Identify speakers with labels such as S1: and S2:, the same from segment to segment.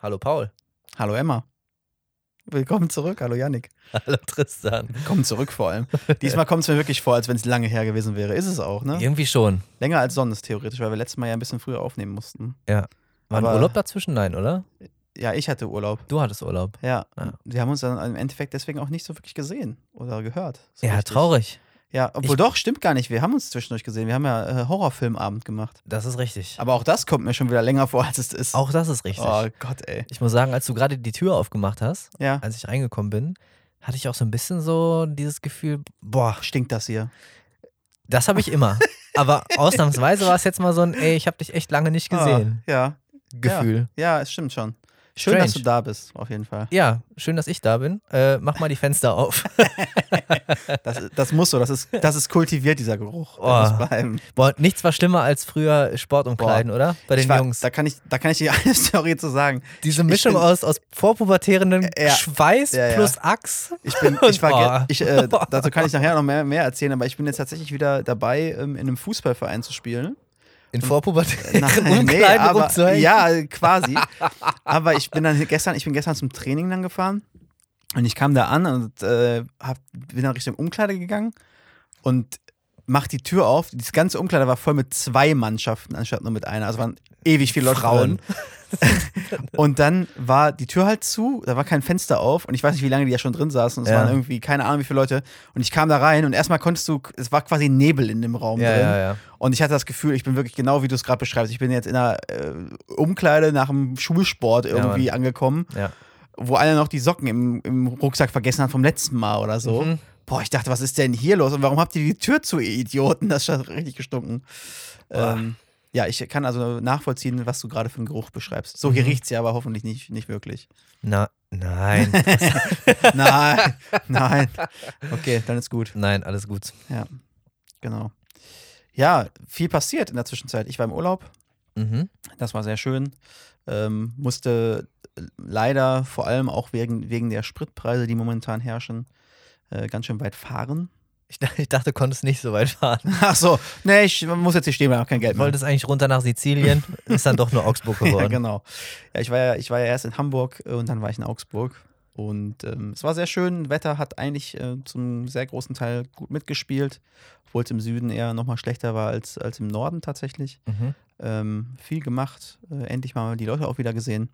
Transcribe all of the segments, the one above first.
S1: Hallo Paul.
S2: Hallo Emma. Willkommen zurück. Hallo Yannick.
S1: Hallo Tristan.
S2: Willkommen zurück vor allem. Diesmal kommt es mir wirklich vor, als wenn es lange her gewesen wäre. Ist es auch, ne?
S1: Irgendwie schon.
S2: Länger als sonst theoretisch, weil wir letztes Mal ja ein bisschen früher aufnehmen mussten.
S1: War ein
S2: Aber-
S1: Urlaub dazwischen? Nein, oder?
S2: Ja, ich hatte Urlaub.
S1: Du hattest Urlaub.
S2: Ja.
S1: Ja.
S2: Wir haben uns dann im Endeffekt deswegen auch nicht so wirklich gesehen oder gehört. So
S1: ja,
S2: richtig.
S1: traurig.
S2: Ja, obwohl
S1: Ich-
S2: doch, stimmt gar nicht. Wir haben uns zwischendurch gesehen. Wir haben ja äh, Horrorfilmabend gemacht.
S1: Das ist richtig.
S2: Aber auch das kommt mir schon wieder länger vor, als es ist.
S1: Auch das ist richtig.
S2: Oh Ah. Gott, ey.
S1: Ich muss sagen, als du gerade die Tür aufgemacht hast,
S2: Ja.
S1: als ich reingekommen bin, hatte ich auch so ein bisschen so dieses Gefühl, boah,
S2: Stinkt das hier.
S1: das habe ich immer. Aber ausnahmsweise war es jetzt mal so ein, ey, ich habe dich echt lange nicht gesehen,
S2: Ah, ja.
S1: Gefühl.
S2: Ja, es stimmt schon. Schön, dass du
S1: Strange.
S2: da bist, auf jeden Fall.
S1: Ja, schön, dass ich da bin. Äh, mach mal die Fenster auf.
S2: Das, das muss so, das ist, das ist kultiviert, dieser Geruch. Der
S1: Oh.
S2: muss bleiben.
S1: Boah, nichts war schlimmer als früher Sport umkleiden, oder? Bei den
S2: ich war,
S1: Jungs.
S2: Da kann, ich, da kann ich dir eine Story zu sagen.
S1: Diese
S2: ich
S1: Mischung
S2: bin-
S1: aus, aus vorpubertärendem
S2: Ja.
S1: Schweiß
S2: Ja, ja.
S1: plus Axt.
S2: Ich bin, ich war,
S1: Oh.
S2: ge- ich, äh, dazu kann ich nachher noch mehr, mehr erzählen, aber ich bin jetzt tatsächlich wieder dabei, ähm, in einem Fußballverein zu spielen.
S1: In vorpubertären
S2: Nein,
S1: Umkleiden
S2: Äh, nee, aber,
S1: rumzuhängen.
S2: ja, quasi. aber ich bin dann gestern, ich bin gestern zum Training dann gefahren und ich kam da an und äh, hab, bin dann Richtung Umkleide gegangen und mach die Tür auf. Das ganze Umkleide war voll mit zwei Mannschaften anstatt nur mit einer. Also waren ewig viele Leute
S1: Frauen.
S2: drin. und dann war die Tür halt zu, da war kein Fenster auf und ich weiß nicht, wie lange die da schon drin saßen. Es
S1: Ja.
S2: waren irgendwie keine Ahnung, wie viele Leute. Und ich kam da rein und erstmal konntest du, es war quasi Nebel in dem Raum
S1: ja,
S2: drin.
S1: ja, ja.
S2: Und ich hatte das Gefühl, ich bin wirklich genau wie du es gerade beschreibst. Ich bin jetzt in einer äh, Umkleide nach dem Schulsport irgendwie angekommen,
S1: ja.
S2: wo einer noch die Socken im, im Rucksack vergessen hat vom letzten Mal oder so.
S1: Mhm.
S2: Boah, ich dachte, was ist denn hier los und warum habt ihr die Tür zu, ihr Idioten? Das hat richtig gestunken.
S1: Boah.
S2: Ähm, ja, ich kann also nachvollziehen, was du gerade für einen Geruch beschreibst. So, hier
S1: Mhm.
S2: riecht's ja aber hoffentlich nicht, nicht wirklich.
S1: Na, nein,
S2: Nein, nein. Okay, dann ist gut.
S1: nein, alles gut.
S2: Ja, genau. Ja, viel passiert in der Zwischenzeit. Ich war im Urlaub.
S1: Mhm.
S2: Das war sehr schön. Ähm, musste äh, leider vor allem auch wegen, wegen der Spritpreise, die momentan herrschen, äh, ganz schön weit fahren.
S1: Ich, dach- ich dachte, du konntest nicht so weit fahren.
S2: Ach so, nee, ich muss jetzt hier stehen, weil ich auch kein Geld
S1: Du
S2: mehr.
S1: wolltest eigentlich runter nach Sizilien, ist dann doch nur Augsburg
S2: Genau. Ja,
S1: geworden.
S2: genau. Ja, ich, war ja, ich war ja erst in Hamburg äh, und dann war ich in Augsburg. Und ähm, es war sehr schön. Wetter hat eigentlich äh, zum sehr großen Teil gut mitgespielt, obwohl es im Süden eher nochmal schlechter war als, als im Norden tatsächlich.
S1: Mhm.
S2: ähm, viel gemacht, äh, endlich mal die Leute auch wieder gesehen.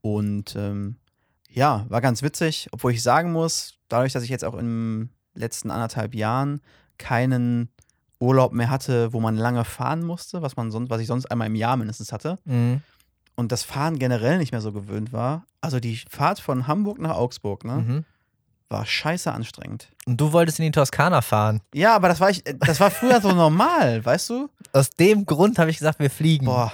S2: Und ähm, ja, war ganz witzig, obwohl ich sagen muss, dadurch, dass ich jetzt auch in den letzten anderthalb Jahren keinen Urlaub mehr hatte, wo man lange fahren musste, was, man sonst, was ich sonst einmal im Jahr mindestens hatte,
S1: Mhm.
S2: und das Fahren generell nicht mehr so gewöhnt war. Also die Fahrt von Hamburg nach Augsburg ne,
S1: Mhm.
S2: war scheiße anstrengend.
S1: Und du wolltest in die Toskana fahren.
S2: Ja, aber das war, ich, das war früher so normal, weißt du?
S1: Aus dem Grund habe ich gesagt, wir fliegen.
S2: Boah,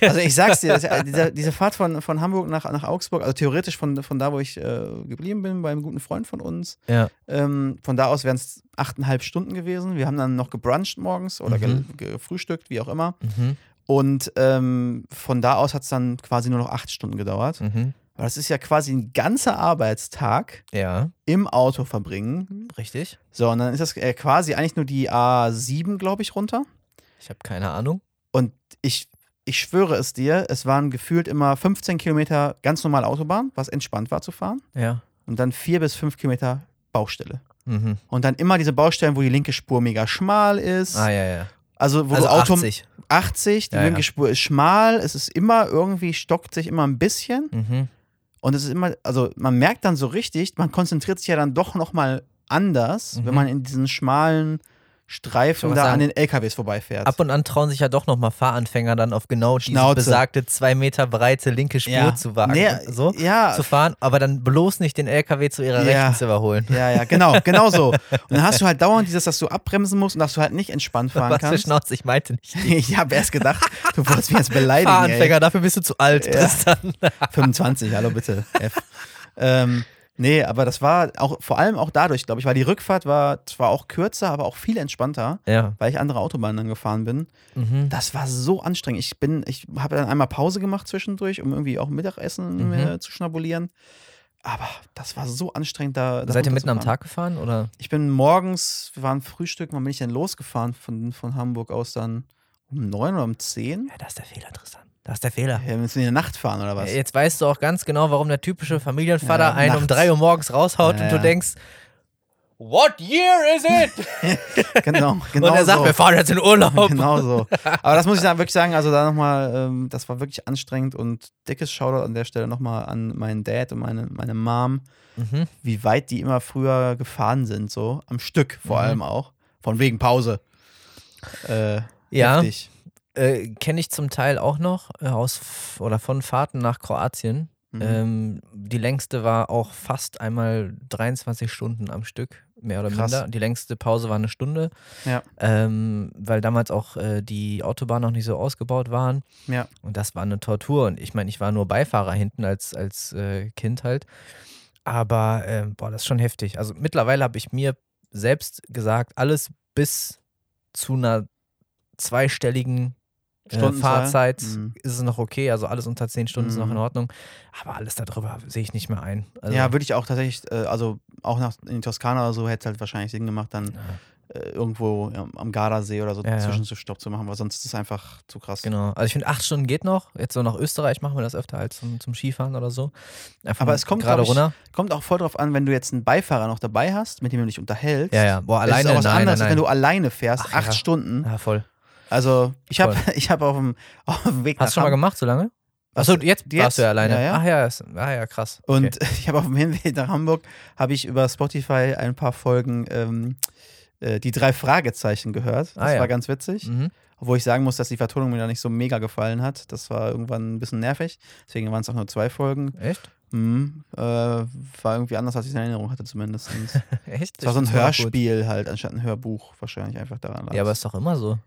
S2: also ich sag's dir, das, diese, diese Fahrt von, von Hamburg nach, nach Augsburg, also theoretisch von, von da, wo ich äh, geblieben bin, bei einem guten Freund von uns,
S1: Ja.
S2: ähm, von da aus wären es achteinhalb Stunden gewesen. Wir haben dann noch gebruncht morgens oder ge-
S1: Mhm.
S2: gefrühstückt, wie auch immer.
S1: Mhm.
S2: Und ähm, von da aus hat's dann quasi nur noch acht Stunden gedauert.
S1: Mhm.
S2: Aber das ist ja quasi ein ganzer Arbeitstag
S1: Ja,
S2: im Auto verbringen.
S1: richtig.
S2: So, und dann ist das äh, quasi eigentlich nur die A7, glaube ich, runter.
S1: Ich habe keine Ahnung.
S2: Und ich, ich schwöre es dir, es waren gefühlt immer 15 Kilometer ganz normal Autobahn, was entspannt war zu fahren.
S1: Ja.
S2: Und dann vier bis fünf Kilometer Baustelle.
S1: Mhm.
S2: Und dann immer diese Baustellen, wo die linke Spur mega schmal ist.
S1: Ah, ja, ja.
S2: Also wo
S1: also
S2: du Auto
S1: 80.
S2: 80, die
S1: Ja, ja.
S2: linke Spur ist schmal, es ist immer irgendwie, stockt sich immer ein bisschen.
S1: Mhm.
S2: Und es ist immer, also man merkt dann so richtig, man konzentriert sich ja dann doch nochmal anders,
S1: Mhm.
S2: wenn man in diesen schmalen Streifen
S1: wollte
S2: da
S1: sagen,
S2: an den LKWs vorbeifährt.
S1: Ab und an trauen sich ja doch nochmal Fahranfänger dann auf genau diese
S2: Schnauze.
S1: besagte zwei Meter breite linke Spur
S2: Ja.
S1: zu wagen.
S2: Nee,
S1: so
S2: ja,
S1: zu fahren, aber dann bloß nicht den LKW zu ihrer
S2: Ja.
S1: Rechten zu überholen.
S2: Ja, ja, genau, genau so. Und dann hast du halt dauernd dieses, dass du abbremsen musst und dass du halt nicht entspannt fahren
S1: Was für
S2: kannst.
S1: Schnauze, ich meinte nicht.
S2: Ich habe erst gedacht, du wolltest mich jetzt beleidigen.
S1: Fahranfänger, dafür bist du zu alt,
S2: Ja.
S1: Tristan.
S2: Ey. 25, hallo bitte. F. ähm, nee, aber das war auch vor allem auch dadurch, glaube ich, weil die Rückfahrt war zwar auch kürzer, aber auch viel entspannter,
S1: Ja.
S2: weil ich andere Autobahnen dann gefahren bin.
S1: Mhm.
S2: Das war so anstrengend. Ich bin, ich habe dann einmal Pause gemacht zwischendurch, um irgendwie auch Mittagessen
S1: Mhm.
S2: äh, zu schnabulieren. Aber das war so anstrengend da. da
S1: Seid ihr mitten am
S2: runterzufahren.
S1: Tag gefahren oder?
S2: Ich bin morgens, wir waren Frühstück, wann bin ich denn losgefahren von, von Hamburg aus dann? Um neun oder um zehn?
S1: Ja, das ist der Fehler, Tristan. Das ist der Fehler.
S2: Wir müssen in der Nacht fahren oder was?
S1: Jetzt weißt du auch ganz genau, warum der typische Familienvater
S2: Ja,
S1: einen um
S2: nachts.
S1: 3 Uhr morgens raushaut
S2: Ja,
S1: und du
S2: ja.
S1: denkst, What year is it?
S2: Genau, genau.
S1: und er sagt,
S2: so.
S1: wir fahren jetzt in Urlaub.
S2: Genau so. Aber das muss ich dann wirklich sagen, also da nochmal, ähm, das war wirklich anstrengend und dickes Shoutout an der Stelle nochmal an meinen Dad und meine, meine Mom,
S1: Mhm.
S2: wie weit die immer früher gefahren sind, so am Stück vor
S1: Mhm.
S2: allem auch. Von wegen Pause. Äh,
S1: Ja.
S2: Heftig.
S1: Äh, Kenne ich zum Teil auch noch äh, aus F- oder von Fahrten nach Kroatien.
S2: Mhm.
S1: Ähm, die längste war auch fast einmal 23 Stunden am Stück, mehr oder
S2: Krass.
S1: minder. Die längste Pause war eine Stunde,
S2: Ja.
S1: ähm, weil damals auch äh, die Autobahnen noch nicht so ausgebaut waren.
S2: Ja.
S1: Und das war eine Tortur. Und ich meine, ich war nur Beifahrer hinten als, als äh, Kind halt. Aber ähm, boah, das ist schon heftig. Also mittlerweile habe ich mir selbst gesagt, alles bis zu einer zweistelligen äh,
S2: Stundenzahl?
S1: Fahrzeit
S2: Mhm.
S1: ist es noch okay. Also alles unter 10 Stunden ist noch
S2: Mhm.
S1: in Ordnung. Aber alles darüber sehe ich nicht mehr ein. Also,
S2: ja, würde ich auch tatsächlich, äh, also auch nach, in die Toskana oder so, hätte es halt wahrscheinlich Sinn gemacht, dann
S1: ja,
S2: äh, irgendwo ja, am Gardasee oder so
S1: Ja, ja.
S2: Zwischenstopp zu machen, weil sonst ist es einfach zu krass.
S1: genau. Also ich finde, acht Stunden geht noch. Jetzt so nach Österreich machen wir das öfter als zum, zum Skifahren oder so. Einfach
S2: Aber es kommt,
S1: gerade
S2: glaub ich,
S1: runter.
S2: Kommt auch voll drauf an, wenn du jetzt einen Beifahrer noch dabei hast, mit dem du dich unterhältst.
S1: Ja, ja. Boah,
S2: Das
S1: alleine
S2: ist auch was
S1: nein,
S2: anderes, als
S1: nein,
S2: wenn
S1: nein.
S2: du alleine fährst,
S1: Ach,
S2: acht
S1: ja.
S2: Stunden.
S1: ja, voll.
S2: Also ich habe
S1: Voll.
S2: ich hab auf, dem, auf dem Weg
S1: Hast du schon
S2: nach
S1: mal
S2: Hamburg-
S1: gemacht so lange?
S2: Was-
S1: Achso, jetzt,
S2: jetzt?
S1: warst du ja alleine.
S2: Ja, ja.
S1: Ach ja, ist, ah ja, krass.
S2: Und
S1: okay.
S2: ich habe auf dem Hinweg nach Hamburg, habe ich über Spotify ein paar Folgen ähm, äh, die drei Fragezeichen gehört. Das
S1: Ah, ja.
S2: war ganz witzig.
S1: mhm.
S2: Obwohl ich sagen muss, dass die Vertonung mir da nicht so mega gefallen hat. Das war irgendwann ein bisschen nervig. Deswegen waren es auch nur zwei Folgen.
S1: Echt?
S2: Mhm. Äh, war irgendwie anders, als ich es in Erinnerung hatte zumindest. Es
S1: Echt?
S2: war so ein
S1: Ich find's auch gut.
S2: Hörspiel halt, anstatt ein Hörbuch. Wahrscheinlich einfach daran lag's.
S1: Ja, aber ist doch immer so.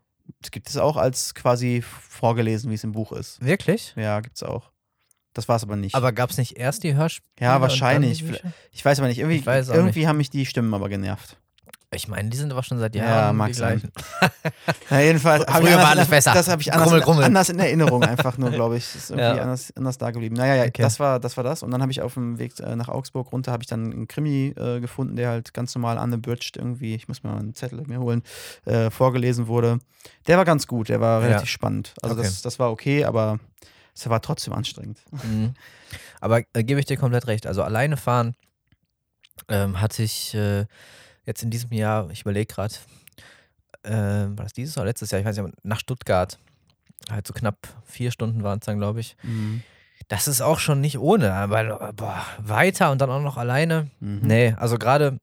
S2: Das gibt es auch als quasi vorgelesen, wie es im Buch ist.
S1: Wirklich?
S2: Ja, gibt's auch. Das war's aber nicht.
S1: Aber gab es nicht erst die Hörspiele?
S2: Ja,
S1: und dann
S2: wahrscheinlich.
S1: die Bücher?
S2: ich weiß aber nicht, irgendwie,
S1: Ich weiß auch
S2: irgendwie haben mich die Stimmen aber genervt.
S1: Ich meine, die sind aber schon seit
S2: Ja,
S1: Jahren
S2: mag
S1: die
S2: sein.
S1: gleichen.
S2: Na, jedenfalls. hab ich
S1: Früher war
S2: anders-
S1: alles besser.
S2: Das habe ich anders,
S1: Krummel, krummel.
S2: anders in Erinnerung, einfach nur, glaube ich. Ist irgendwie
S1: Ja.
S2: anders, anders da geblieben. Naja, ja,
S1: Okay.
S2: das, war, das war das. Und dann habe ich auf dem Weg äh, nach Augsburg runter, habe ich dann einen Krimi äh, gefunden, der halt ganz normal unabridged irgendwie, ich muss mir mal einen Zettel mir holen, äh, vorgelesen wurde. Der war ganz gut, der war
S1: Ja.
S2: relativ spannend. Also
S1: Okay.
S2: das, das war okay, aber es war trotzdem anstrengend.
S1: Mhm. Aber äh, gebe ich dir komplett recht. Also alleine fahren ähm, hatte ich äh, jetzt in diesem Jahr, ich überlege gerade, äh, war das dieses oder letztes Jahr? Ich weiß nicht, aber nach Stuttgart. Halt so knapp vier Stunden waren es dann, glaube ich.
S2: Mhm.
S1: Das ist auch schon nicht ohne, aber boah, weiter und dann auch noch alleine.
S2: Mhm.
S1: Nee, also gerade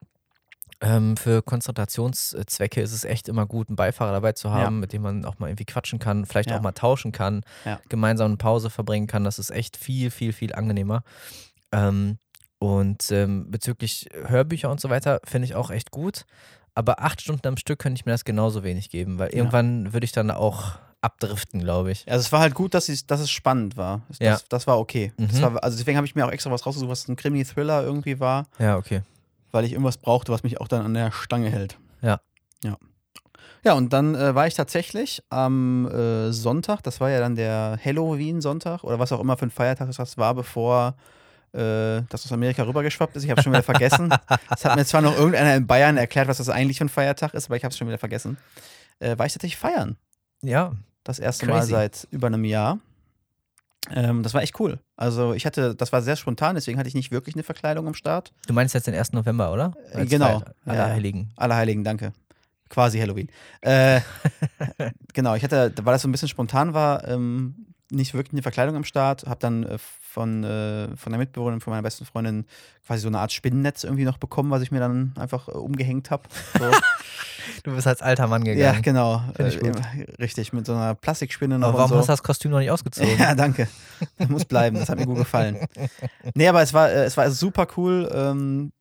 S1: ähm, für Konzentrationszwecke ist es echt immer gut, einen Beifahrer dabei zu haben, mit dem man auch mal irgendwie quatschen kann, vielleicht
S2: Ja.
S1: auch mal tauschen kann,
S2: Ja.
S1: gemeinsam eine Pause verbringen kann. Das ist echt viel, viel, viel angenehmer. Ähm, und ähm, bezüglich Hörbücher und so weiter finde ich auch echt gut. Aber acht Stunden am Stück könnte ich mir das genauso wenig geben, weil
S2: Ja.
S1: irgendwann würde ich dann auch abdriften, glaube ich.
S2: Also es war halt gut, dass, es- dass es spannend war. Das,
S1: Ja.
S2: das, das war okay. Das
S1: Mhm.
S2: war, also deswegen habe ich mir auch extra was rausgesucht, was ein Krimi-Thriller irgendwie war,
S1: Ja, okay.
S2: weil ich irgendwas brauchte, was mich auch dann an der Stange hält.
S1: Ja.
S2: Ja. Ja, und dann äh, war ich tatsächlich am äh, Sonntag, das war ja dann der Halloween-Sonntag oder was auch immer für ein Feiertag das war, bevor äh, das aus Amerika rübergeschwappt ist. Ich habe schon wieder vergessen. Das hat mir zwar noch irgendeiner in Bayern erklärt, was das eigentlich für ein Feiertag ist, aber ich habe es schon wieder vergessen. Äh, war ich tatsächlich feiern.
S1: Ja,
S2: Das erste Mal
S1: Crazy.
S2: seit über einem Jahr. Ähm, das war echt cool. Also ich hatte, das war sehr spontan, deswegen hatte ich nicht wirklich eine Verkleidung am Start.
S1: du meinst jetzt den 1. November, oder? halt
S2: Äh, genau. Ja.
S1: Allerheiligen.
S2: Allerheiligen, danke. Quasi Halloween. Äh, genau, ich hatte, weil das so ein bisschen spontan war, ähm, nicht wirklich eine Verkleidung am Start. Habe dann äh, von, äh, von der Mitbewohnerin, von meiner besten Freundin quasi so eine Art Spinnennetz irgendwie noch bekommen, was ich mir dann einfach äh, umgehängt habe. So.
S1: Du bist als alter Mann gegangen.
S2: ja, genau.
S1: Find ich
S2: Äh,
S1: gut.
S2: richtig, mit so einer Plastikspinne noch.
S1: Aber warum
S2: und genau, so.
S1: hast du das Kostüm noch nicht ausgezogen?
S2: Ja, danke. Das muss bleiben, das hat mir gut gefallen. Nee, aber es war, äh, es war super cool. Ähm,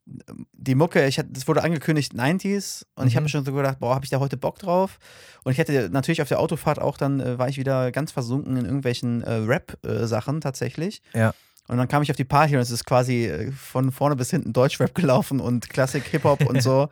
S2: die Mucke, ich hatte, es wurde angekündigt 90s und ich habe
S1: Mhm.
S2: mir schon so gedacht, boah, habe ich da heute Bock drauf? Und ich hatte natürlich auf der Autofahrt auch dann, äh, war ich wieder ganz versunken in irgendwelchen äh, Rap-Sachen tatsächlich.
S1: Ja.
S2: Und dann kam ich auf die Party und es ist quasi äh, von vorne bis hinten Deutschrap gelaufen und Klassik, Hip-Hop und so.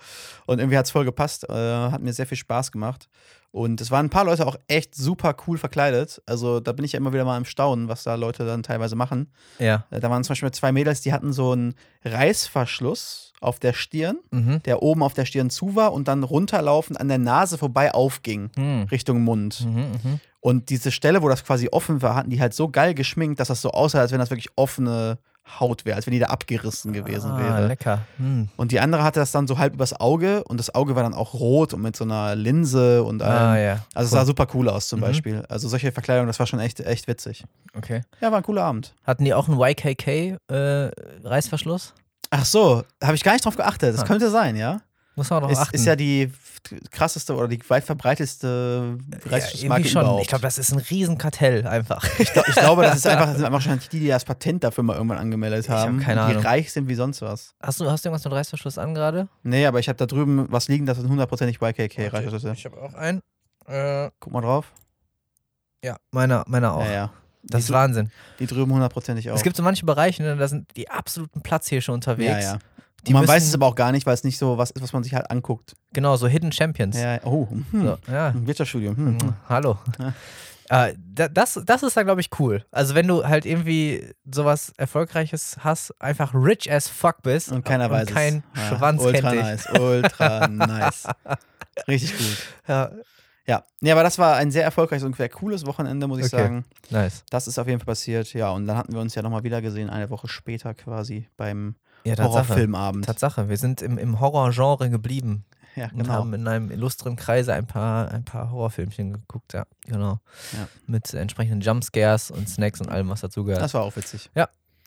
S2: Und irgendwie hat es voll gepasst. Äh, hat mir sehr viel Spaß gemacht. Und es waren ein paar Leute auch echt super cool verkleidet. Also da bin ich ja immer wieder mal im Staunen, was da Leute dann teilweise machen.
S1: Ja.
S2: Äh, Da waren zum Beispiel zwei Mädels, die hatten so einen Reißverschluss auf der Stirn,
S1: Mhm.
S2: der oben auf der Stirn zu war und dann runterlaufend an der Nase vorbei aufging,
S1: Hm.
S2: Richtung Mund.
S1: Mhm, mhm.
S2: Und diese Stelle, wo das quasi offen war, hatten die halt so geil geschminkt, dass das so aussah, als wenn das wirklich offene Haut wäre, als wenn die da abgerissen gewesen
S1: ah,
S2: wäre.
S1: lecker. Hm.
S2: Und die andere hatte das dann so halb übers Auge und das Auge war dann auch rot und mit so einer Linse und allem.
S1: Ah, ja.
S2: Also es
S1: Cool.
S2: sah super cool aus zum
S1: Mhm.
S2: Beispiel. Also solche Verkleidungen, das war schon echt, echt witzig.
S1: Okay.
S2: Ja, war ein cooler Abend.
S1: Hatten die auch einen äh, YKK-Reißverschluss?
S2: Ach so, habe ich gar nicht drauf geachtet. Das
S1: Ah.
S2: könnte sein, ja.
S1: Muss man doch
S2: Ist,
S1: achten.
S2: ist ja die krasseste oder die weit verbreitetste
S1: irgendwie
S2: Reißverschlussmarke
S1: schon.
S2: überhaupt.
S1: Ich glaube, das ist ein Riesenkartell einfach.
S2: ich, glaub, ich glaube, das ist einfach, das sind einfach wahrscheinlich die, die das Patent dafür mal irgendwann angemeldet
S1: Ich hab
S2: haben.
S1: keine
S2: die
S1: Ahnung.
S2: reich sind wie sonst was.
S1: Hast du, hast du irgendwas mit Reißverschluss an gerade?
S2: Nee, aber ich habe da drüben was liegen, das sind hundertprozentig YKK Reichweite.
S1: Ich habe auch einen. Äh,
S2: Guck mal drauf.
S1: ja, meiner, meiner auch.
S2: Ja, ja.
S1: Das
S2: die,
S1: ist
S2: drü-
S1: Wahnsinn.
S2: die drüben hundertprozentig auch.
S1: Es gibt so manche Bereiche, ne, da sind die absoluten Platzhirsche
S2: ja,
S1: unterwegs.
S2: ja.
S1: Die
S2: Und man weiß
S1: müssen-
S2: es aber auch gar nicht, weil es nicht so was ist, was man sich halt anguckt.
S1: Genau, so Hidden Champions.
S2: Ja, oh, hm.
S1: So, ja.
S2: Ein Wirtschaftsstudium. Hm.
S1: Mhm. Hallo. Äh, da- das, das ist dann, glaube ich, cool. Also, wenn du halt irgendwie sowas Erfolgreiches hast, einfach rich as fuck bist
S2: Und keiner weiß es.
S1: kein
S2: Ja,
S1: Schwanz
S2: ultra
S1: kennt dich.
S2: nice, ultra nice. Richtig gut.
S1: Ja,
S2: Ja. ja, aber das war ein sehr erfolgreiches und sehr cooles Wochenende, muss ich
S1: Okay.
S2: sagen.
S1: nice.
S2: Das ist auf jeden Fall passiert. Ja, und dann hatten wir uns ja nochmal wieder gesehen, eine Woche später quasi beim
S1: Ja, Tatsache.
S2: Horrorfilmabend.
S1: Tatsache, wir sind im, im Horrorgenre geblieben
S2: Ja,
S1: und
S2: genau.
S1: haben in einem illustren Kreise ein paar, ein paar Horrorfilmchen geguckt, ja, genau.
S2: Ja.
S1: Mit entsprechenden Jumpscares und Snacks und allem, was dazugehört.
S2: Das war auch witzig.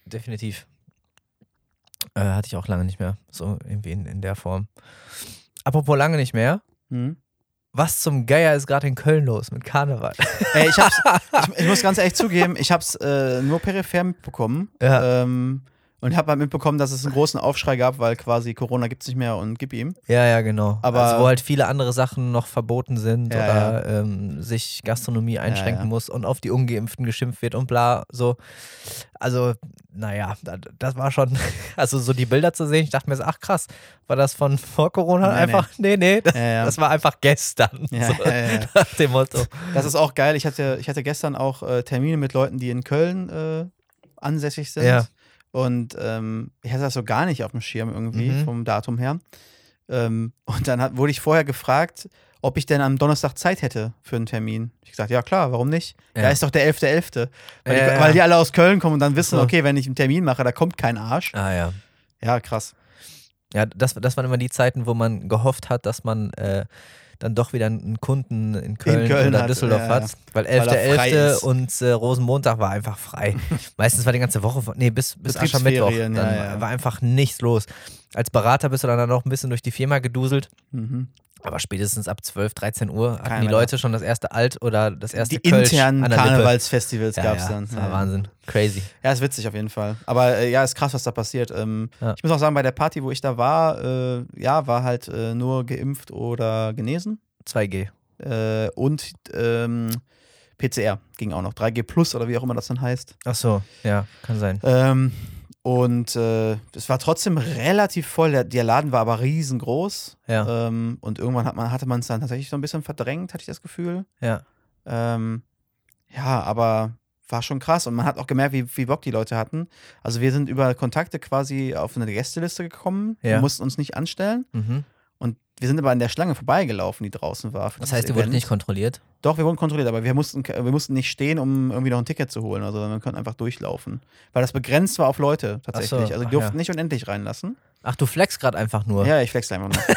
S1: Definitiv. Äh, hatte ich auch lange nicht mehr. So irgendwie in, in der Form. Apropos lange nicht mehr.
S2: Mhm.
S1: Was zum Geier ist gerade in Köln los mit Karneval?
S2: Ey, Äh, ich, hab's, ich, ich muss ganz ehrlich zugeben, ich habe es äh, nur peripher mitbekommen.
S1: Ja.
S2: Ähm, und habe halt mitbekommen, dass es einen großen Aufschrei gab, weil quasi Corona gibt es nicht mehr und gib ihm.
S1: ja, ja, genau.
S2: Aber-
S1: also, wo halt viele andere Sachen noch verboten sind
S2: Ja,
S1: oder Ähm, sich Gastronomie einschränken
S2: ja.
S1: muss und auf die Ungeimpften geschimpft wird und bla, so. Also, naja, das, das war schon, also so die Bilder zu sehen, ich dachte mir so, ach krass, war das von vor Corona
S2: Nee, nee.
S1: einfach, nee, nee, das,
S2: Ja, ja.
S1: das war einfach gestern.
S2: Ja,
S1: so,
S2: ja, ja, ja.
S1: Nach dem Motto.
S2: Das ist auch geil. Ich hatte, ich hatte gestern auch äh, Termine mit Leuten, die in Köln äh, ansässig sind.
S1: Ja.
S2: Und ähm, ich hatte das so gar nicht auf dem Schirm irgendwie
S1: Mhm.
S2: vom Datum her. Ähm, und dann hat, wurde ich vorher gefragt, ob ich denn am Donnerstag Zeit hätte für einen Termin. Ich gesagt, ja klar, warum nicht?
S1: Ja.
S2: Da ist doch der 11.11. Weil,
S1: Ja,
S2: die,
S1: ja.
S2: weil die alle aus Köln kommen und dann wissen,
S1: Ach so.
S2: okay, wenn ich einen Termin mache, da kommt kein Arsch.
S1: Ah ja.
S2: Ja, krass.
S1: Ja, das, das waren immer die Zeiten, wo man gehofft hat, dass man äh, dann doch wieder einen Kunden in Köln,
S2: Köln
S1: oder
S2: hat,
S1: Düsseldorf
S2: ja, ja.
S1: hat. Weil
S2: er frei
S1: 11.11.
S2: ist.
S1: und äh, Rosenmontag war einfach frei. Meistens war die ganze Woche, von, nee, bis, bis Aschermittwoch.
S2: Betriebsferien,
S1: Dann
S2: ja, ja.
S1: war einfach nichts los. Als Berater bist du dann noch ein bisschen durch die Firma geduselt,
S2: Mhm.
S1: aber spätestens ab 12, 13 Uhr hatten
S2: Keiner
S1: die
S2: mehr.
S1: Leute schon das erste Alt oder das erste
S2: Die
S1: Kölsch
S2: internen
S1: an der Lippe.
S2: Karnevalsfestivals
S1: ja,
S2: gab es
S1: ja,
S2: dann.
S1: Das war
S2: ja.
S1: Wahnsinn. Crazy.
S2: Ja, ist witzig auf jeden Fall. Aber äh, ja, ist krass, was da passiert. Ähm,
S1: Ja.
S2: Ich muss auch sagen, bei der Party, wo ich da war, äh, ja, war halt äh, nur geimpft oder genesen.
S1: 2G.
S2: Äh, und ähm, PCR ging auch noch. 3G Plus oder wie auch immer das dann heißt.
S1: Ach so, ja, kann sein.
S2: Ähm, und äh, es war trotzdem relativ voll. Der, der Laden war aber riesengroß.
S1: Ja,
S2: Ähm, und irgendwann hat man, hatte man es dann tatsächlich so ein bisschen verdrängt, hatte ich das Gefühl.
S1: ja.
S2: Ähm, ja, aber war schon krass. Und man hat auch gemerkt, wie, wie Bock die Leute hatten. Also wir sind über Kontakte quasi auf eine Gästeliste gekommen.
S1: Ja.
S2: Wir mussten uns nicht anstellen.
S1: Mhm.
S2: Und wir sind aber an der Schlange vorbeigelaufen, die draußen war. für
S1: Das
S2: dieses
S1: heißt, ihr wurdet
S2: Event.
S1: nicht kontrolliert?
S2: Doch, wir wurden kontrolliert, aber wir mussten, ke- wir mussten nicht stehen, um irgendwie noch ein Ticket zu holen. Also wir konnten einfach durchlaufen. Weil das begrenzt war auf Leute tatsächlich.
S1: so,
S2: Also die
S1: ach
S2: durften
S1: ja.
S2: nicht unendlich reinlassen.
S1: Ach, du flex gerade einfach nur.
S2: Ja, ich flex einfach mal.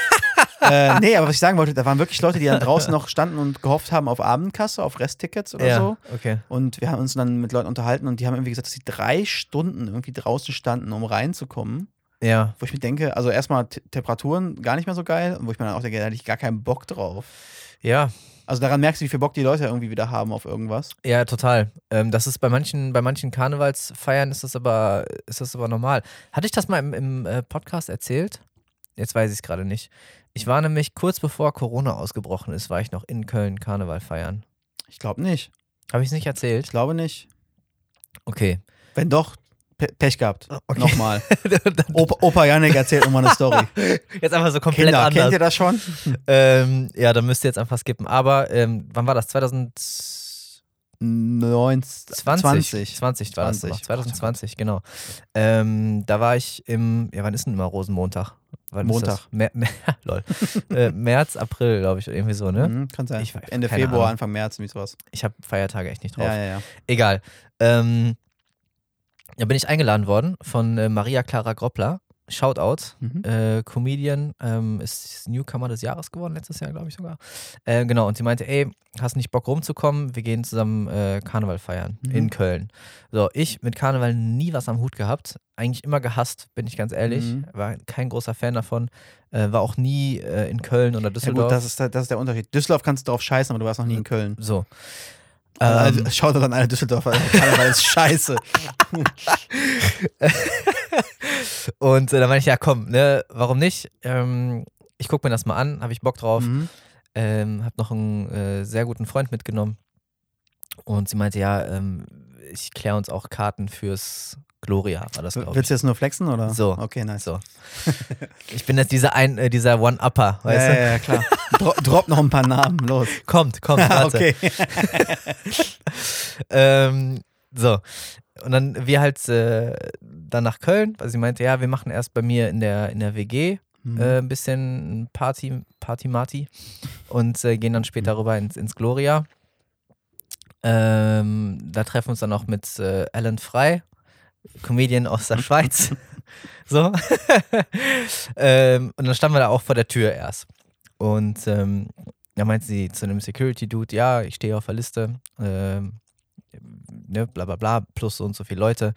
S2: äh, nee, aber was ich sagen wollte, da waren wirklich Leute, die dann draußen noch standen und gehofft haben auf Abendkasse, auf Resttickets oder so.
S1: okay.
S2: Und wir haben uns dann mit Leuten unterhalten und die haben irgendwie gesagt, dass sie drei Stunden irgendwie draußen standen, um reinzukommen.
S1: Ja.
S2: Wo ich mir denke, also erstmal T Temperaturen gar nicht mehr so geil und wo ich mir dann auch denke, da hätte ich gar keinen Bock drauf.
S1: Ja,
S2: Also daran merkst du, wie viel Bock die Leute irgendwie wieder haben auf irgendwas.
S1: ja, total. Ähm, das ist bei manchen, bei manchen Karnevalsfeiern ist das aber, ist das aber normal. Hatte ich das mal im, im äh, Podcast erzählt? Jetzt weiß ich es gerade nicht. Ich war nämlich kurz bevor Corona ausgebrochen ist, war ich noch in Köln Karneval feiern.
S2: Ich glaube nicht.
S1: Habe ich es nicht
S2: Ich
S1: erzählt?
S2: glaube nicht.
S1: Okay.
S2: Wenn doch, Pe Pech gehabt.
S1: Ah, Okay.
S2: Nochmal. Opa, Opa Janik erzählt immer eine Story.
S1: Jetzt einfach so komplett
S2: Kinder,
S1: anders.
S2: kennt ihr das schon?
S1: ähm, ja, dann müsst ihr jetzt einfach skippen. Aber ähm, wann war das? 2000
S2: 19,
S1: 20.
S2: 20.
S1: 20 war das
S2: 20.
S1: noch. 2020, genau. Ähm, da war ich im, ja, wann ist denn immer Rosenmontag? wann ist das? Mer Mer lol. äh, März, April, glaube ich, irgendwie so, ne?
S2: Mhm, kann sein.
S1: Ich weiß-
S2: Ende
S1: keine
S2: Februar,
S1: Ahnung.
S2: Anfang März, irgendwie sowas.
S1: Ich habe Feiertage echt nicht drauf.
S2: Ja, ja, ja.
S1: Egal. Ähm, da bin ich eingeladen worden von äh, Maria Clara Groppler. Shoutout.
S2: Mhm.
S1: Äh, Comedian ähm, ist Newcomer des Jahres geworden, letztes Jahr, glaube ich sogar. Äh, genau, und sie meinte, ey, hast nicht Bock rumzukommen? Wir gehen zusammen äh, Karneval feiern
S2: Mhm.
S1: in Köln. So, ich mit Karneval nie was am Hut gehabt. Eigentlich immer gehasst, bin ich ganz ehrlich.
S2: Mhm.
S1: War kein großer Fan davon. Äh, war auch nie äh, in Köln oder
S2: ja
S1: Düsseldorf.
S2: gut, das ist, der- das ist der Unterschied. Düsseldorf kannst du drauf scheißen, aber du warst noch nie in Köln.
S1: so. Ähm.
S2: also, schaut doch an alle Düsseldorfer. Karneval ist scheiße.
S1: Und äh, da meine ich, ja komm, ne, warum nicht? Ähm, ich gucke mir das mal an, habe ich Bock drauf.
S2: Mhm.
S1: Ähm, habe noch einen äh, sehr guten Freund mitgenommen. Und sie meinte, ja, ähm, ich kläre uns auch Karten fürs Gloria, war das, glaube ich.
S2: Willst du jetzt nur flexen oder?
S1: So.
S2: Okay, nice.
S1: So. Ich bin jetzt dieser, ein, äh, dieser One-Upper, weißt
S2: ja, ja, ja, klar. Dro drop noch ein paar Namen, los.
S1: du? Kommt, kommt, warte.
S2: Ah, okay.
S1: ähm, so. Und dann wir halt äh, dann nach Köln, weil sie meinte, ja, wir machen erst bei mir in der, in der WG
S2: Mhm.
S1: äh, ein bisschen Party, Party Marty und äh, gehen dann später rüber ins, ins Gloria. Ähm, da treffen wir uns dann auch mit äh, Alan Frey, Comedian aus der Schweiz. so. ähm, und dann standen wir da auch vor der Tür erst. Und ähm, da meinte sie zu einem Security-Dude, ja, ich stehe auf der Liste, ähm, ne, bla bla bla, plus so und so viele Leute.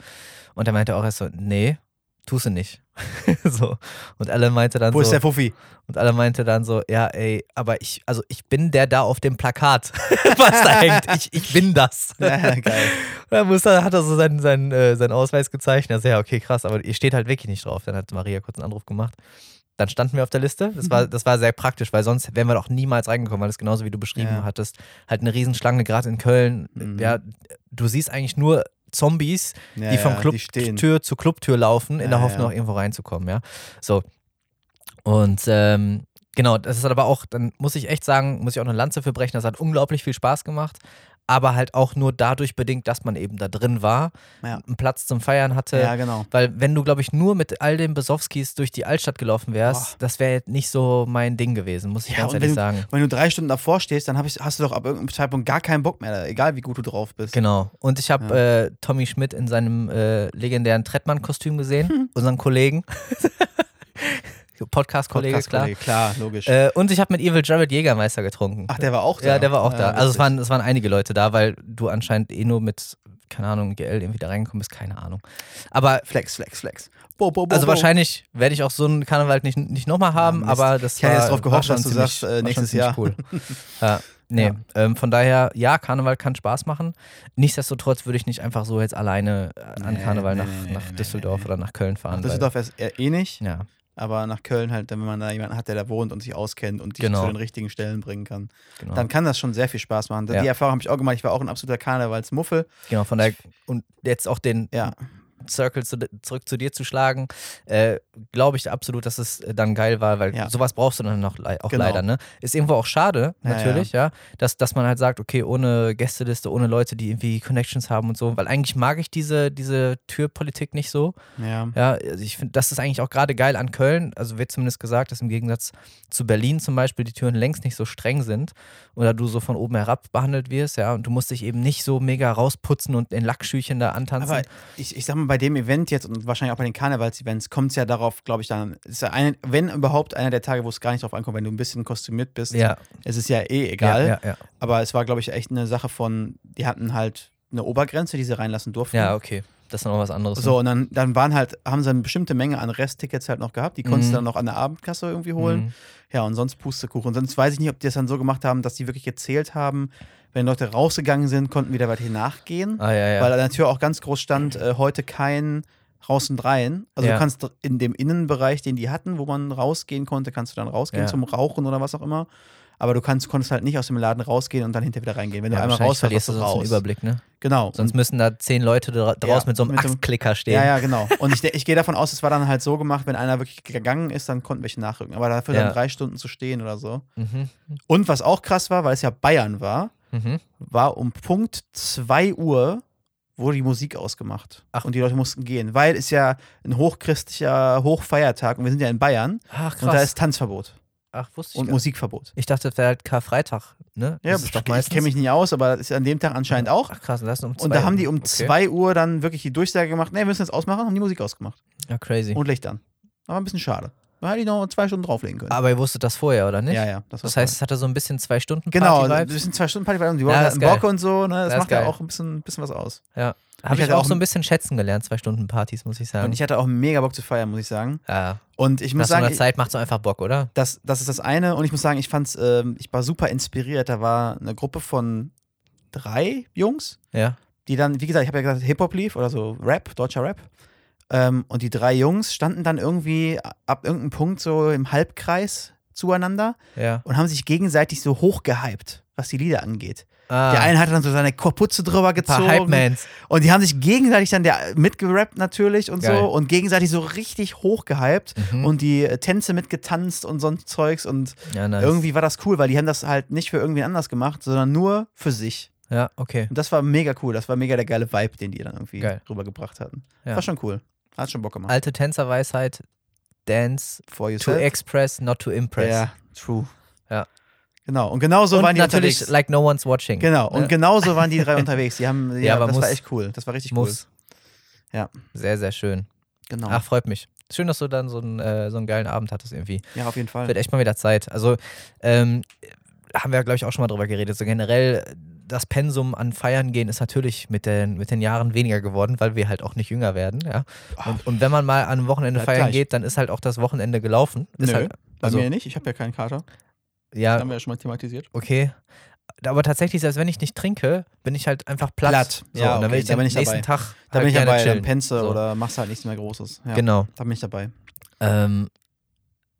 S1: Und er meinte auch erst so, nee, tust du nicht. so. Und Alan meinte dann
S2: Wo ist
S1: so,
S2: der Fuffi?
S1: und alle meinte dann so, ja, ey, aber ich, also ich bin der da auf dem Plakat, was da hängt. Ich, ich bin das.
S2: Ja, geil.
S1: Dann muss er, hat er so seinen, seinen, äh, seinen Ausweis gezeichnet. Also, ja, okay, krass, aber ihr steht halt wirklich nicht drauf. Dann hat Maria kurz einen Anruf gemacht. Dann standen wir auf der Liste. Das
S2: Mhm.
S1: war, das war sehr praktisch, weil sonst wären wir doch niemals reingekommen, weil das genauso wie du beschrieben
S2: Ja.
S1: hattest. Halt eine Riesenschlange, gerade in Köln.
S2: Mhm.
S1: Ja, du siehst eigentlich nur Zombies,
S2: Ja,
S1: die von
S2: ja, stehen.
S1: Clubtür zu Clubtür laufen, in
S2: Ja,
S1: der Hoffnung,
S2: ja.
S1: noch irgendwo reinzukommen, ja. So. Und ähm, genau, das ist aber auch, dann muss ich echt sagen, muss ich auch eine Lanze für brechen, das hat unglaublich viel Spaß gemacht. Aber halt auch nur dadurch bedingt, dass man eben da drin war,
S2: Ja.
S1: einen Platz zum Feiern hatte.
S2: Ja, genau.
S1: Weil wenn du, glaube ich, nur mit all den Besowskis durch die Altstadt gelaufen wärst,
S2: Boah.
S1: das wäre jetzt nicht so mein Ding gewesen, muss ich
S2: Ja,
S1: ganz
S2: und
S1: ehrlich
S2: wenn
S1: sagen.
S2: du, wenn du drei Stunden davor stehst, dann hab ich, hast du doch ab irgendeinem Zeitpunkt gar keinen Bock mehr, egal wie gut du drauf bist.
S1: Genau. Und ich habe äh, Tommy Schmidt in seinem äh, legendären Trettmann-Kostüm gesehen, unseren Kollegen. Podcast-Kollege, klar.
S2: Podcast-Kollege, klar, logisch.
S1: Äh, und ich habe mit Evil Jared Jägermeister getrunken.
S2: Ach, der war auch da.
S1: ja, der war auch da. Also es
S2: witzig.
S1: waren, es waren einige Leute da, weil du anscheinend eh nur mit, keine Ahnung, GL irgendwie da reingekommen bist, keine Ahnung. Aber
S2: Flex, Flex, Flex. Bo, bo, bo,
S1: also
S2: bo.
S1: wahrscheinlich werde ich auch so einen Karneval nicht, nicht nochmal haben,
S2: Ah, Mist.
S1: aber das
S2: Ich hätte
S1: war,
S2: jetzt drauf
S1: war
S2: gehofft,
S1: schon
S2: dass du
S1: ziemlich,
S2: sagst, äh,
S1: war schon
S2: nächstes
S1: ziemlich
S2: Jahr.
S1: Cool. ja, nee,
S2: Ja.
S1: Ähm, von daher, ja, Karneval kann Spaß machen. Nichtsdestotrotz würde ich nicht einfach so jetzt alleine äh, an
S2: Nee,
S1: Karneval
S2: nee,
S1: nach,
S2: nee, nee,
S1: nach
S2: nee,
S1: Düsseldorf
S2: nee.
S1: oder nach Köln fahren. weil-
S2: Düsseldorf ist eher eh nicht,
S1: Ja,
S2: aber nach Köln halt, wenn man da jemanden hat, der da wohnt und sich auskennt und dich
S1: Genau.
S2: zu den richtigen Stellen bringen kann,
S1: genau.
S2: dann kann das schon sehr viel Spaß machen.
S1: Ja.
S2: Die Erfahrung habe ich auch gemacht. Ich war auch ein absoluter Karnevalsmuffel.
S1: genau, von daher, und jetzt auch den,
S2: Ja,
S1: Circle zu, zurück zu dir zu schlagen, äh, glaube ich absolut, dass es äh, dann geil war, weil
S2: Ja.
S1: sowas brauchst du dann noch lei- auch
S2: Genau.
S1: leider. Ne? Ist irgendwo auch schade,
S2: Ja,
S1: natürlich, ja, dass, dass man halt sagt, okay, ohne Gästeliste, ohne Leute, die irgendwie Connections haben und so, weil eigentlich mag ich diese, diese Türpolitik nicht so.
S2: ja.
S1: Ja, also ich finde, das ist eigentlich auch gerade geil an Köln. Also wird zumindest gesagt, dass im Gegensatz zu Berlin zum Beispiel die Türen längst nicht so streng sind oder du so von oben herab behandelt wirst, ja, und du musst dich eben nicht so mega rausputzen und in Lackschüchen da antanzen.
S2: Aber ich, ich sag mal, bei dem Event jetzt und wahrscheinlich auch bei den Karnevals-Events kommt es ja darauf, glaube ich, dann, ist ja eine, wenn überhaupt einer der Tage, wo es gar nicht drauf ankommt, wenn du ein bisschen kostümiert bist.
S1: ja,
S2: Es ist ja eh egal.
S1: ja, ja, ja.
S2: Aber es war, glaube ich, echt eine Sache von, die hatten halt eine Obergrenze, die sie reinlassen durften.
S1: Ja, okay. Das ist noch was anderes.
S2: ne?
S1: ne?
S2: So, und dann, dann waren halt, haben sie eine bestimmte Menge an Resttickets halt noch gehabt. Die konntest
S1: Mhm.
S2: du dann noch an der Abendkasse irgendwie
S1: Mhm.
S2: holen. Ja, und sonst Pustekuchen. Sonst weiß ich nicht, ob die das dann so gemacht haben, dass die wirklich gezählt haben. Wenn Leute rausgegangen sind, konnten wieder welche nachgehen.
S1: Ah, ja, ja.
S2: Weil an der Tür auch ganz groß stand, äh, heute kein raus und rein. Also
S1: Ja.
S2: du kannst in dem Innenbereich, den die hatten, wo man rausgehen konnte, kannst du dann rausgehen
S1: Ja.
S2: zum Rauchen oder was auch immer. Aber du kannst, konntest halt nicht aus dem Laden rausgehen und dann hinter wieder reingehen. Wenn
S1: ja,
S2: du einmal
S1: wahrscheinlich
S2: raus
S1: verlierst
S2: verlierst,
S1: du
S2: du
S1: sonst den
S2: raus.
S1: Überblick, ne?
S2: Genau.
S1: Sonst müssen da zehn Leute dra draus mit so einem
S2: mit so einem-
S1: Axtklicker stehen.
S2: ja, ja, genau. Und ich, de- ich gehe davon aus, es war dann halt so gemacht, wenn einer wirklich gegangen ist, dann konnten welche nachrücken. Aber dafür
S1: Ja.
S2: dann drei Stunden zu stehen oder so.
S1: Mhm.
S2: Und Mhm. was auch krass war, weil es ja Bayern war,
S1: Mhm.
S2: war um Punkt 2 Uhr wurde die Musik ausgemacht.
S1: Ach.
S2: Und die Leute mussten gehen, weil es ja ein hochchristlicher Hochfeiertag und wir sind ja in Bayern
S1: Ach, krass.
S2: und da ist Tanzverbot
S1: Ach, wusste ich
S2: und
S1: gar nicht.
S2: Musikverbot.
S1: Ich dachte, das wäre halt Karfreitag, ne?
S2: Ja,
S1: das ist
S2: ich,
S1: doch
S2: ich kenne mich nicht aus, aber das ist an dem Tag anscheinend auch.
S1: Ach krass, und das ist um
S2: Und
S1: zwei
S2: da haben die
S1: Uhr.
S2: um
S1: Okay.
S2: 2 Uhr dann wirklich die Durchsage gemacht, nee, wir müssen jetzt ausmachen, haben die Musik ausgemacht.
S1: Ja, crazy.
S2: Und Licht an. Aber ein bisschen schade. Da hätte ich noch zwei Stunden drauflegen können.
S1: Aber ihr wusstet das vorher, oder nicht?
S2: ja, ja. war
S1: Das
S2: toll.
S1: heißt, es hatte so ein bisschen zwei Stunden
S2: Genau, ein
S1: Party-Vibes.
S2: bisschen zwei Stunden Party, weil die
S1: Ja,
S2: ja,
S1: das
S2: hatten
S1: ist geil.
S2: Bock und so, ne? Das,
S1: Das ist
S2: macht ja
S1: geil.
S2: auch ein bisschen, bisschen was aus.
S1: Ja.
S2: ich
S1: Habe ich
S2: hatte
S1: auch,
S2: auch
S1: so
S2: ein-
S1: ein bisschen schätzen gelernt, zwei Stunden Partys, muss ich sagen.
S2: Und ich hatte auch mega Bock zu feiern, muss ich sagen.
S1: ja.
S2: Und ich
S1: Nach
S2: muss
S1: so einer
S2: sagen,
S1: Zeit macht es einfach Bock, oder?
S2: das, das ist das eine. Und ich muss sagen, ich fand's, ähm, ich war super inspiriert. Da war eine Gruppe von drei Jungs,
S1: Ja.
S2: die dann, wie gesagt, ich habe ja gesagt, Hip-Hop lief oder so Rap, deutscher Rap. Ähm, und die drei Jungs standen dann irgendwie ab irgendeinem Punkt so im Halbkreis zueinander
S1: Ja.
S2: und haben sich gegenseitig so hochgehypt, was die Lieder angeht.
S1: Ah,
S2: Der eine hat dann so seine Kapuze drüber
S1: ein paar
S2: gezogen.
S1: Hype-Mans.
S2: Und die haben sich gegenseitig dann der, mitgerappt natürlich und
S1: Geil.
S2: so und gegenseitig so richtig hochgehypt
S1: Mhm.
S2: und die äh, Tänze mitgetanzt und so ein Zeugs und
S1: Ja, nice.
S2: irgendwie war das cool, weil die haben das halt nicht für irgendwen anders gemacht, sondern nur für sich.
S1: Ja, okay.
S2: Und das war mega cool, das war mega der geile Vibe, den die dann irgendwie
S1: Geil.
S2: rübergebracht hatten.
S1: Ja.
S2: War schon cool. Hat schon Bock gemacht.
S1: Alte Tänzerweisheit, Dance
S2: For
S1: to Äh, express, not to impress.
S2: Ja, true.
S1: Ja.
S2: Genau. Und genau so
S1: und
S2: waren die
S1: natürlich,
S2: unterwegs.
S1: like no one's watching.
S2: Genau. Und
S1: Ne?
S2: genau so waren die drei unterwegs. Die haben, ja,
S1: Ja, aber
S2: das war
S1: muss.
S2: echt cool. Das war richtig cool.
S1: Muss.
S2: Ja.
S1: Sehr, sehr schön.
S2: Genau.
S1: Ach, freut mich. Schön, dass du dann so einen, äh, so einen geilen Abend hattest irgendwie.
S2: Ja, auf jeden Fall.
S1: Wird echt mal wieder Zeit. Also, ähm, haben wir, glaube ich, auch schon mal drüber geredet. So generell, das Pensum an Feiern gehen ist natürlich mit den, mit den Jahren weniger geworden, weil wir halt auch nicht jünger werden. Ja? Und, und wenn man mal an einem Wochenende
S2: Bleibt
S1: feiern
S2: gleich.
S1: geht, dann ist halt auch das Wochenende gelaufen. Ist
S2: Nö,
S1: halt,
S2: Bei
S1: also, Halt
S2: mir nicht, ich habe ja keinen Kater.
S1: ja,
S2: wir ja schon mal thematisiert.
S1: okay. Aber tatsächlich, selbst wenn ich nicht trinke, bin ich halt einfach platt.
S2: Platt.
S1: So,
S2: Ja,
S1: und dann
S2: okay,
S1: will ich
S2: da
S1: den
S2: bin ich
S1: nächsten
S2: dabei.
S1: Tag halt
S2: Da bin ich
S1: gerne
S2: dabei, dann
S1: chillen.
S2: pennst du
S1: So.
S2: oder machst halt nichts mehr Großes. Ja,
S1: Genau.
S2: Da bin ich dabei.
S1: Ähm,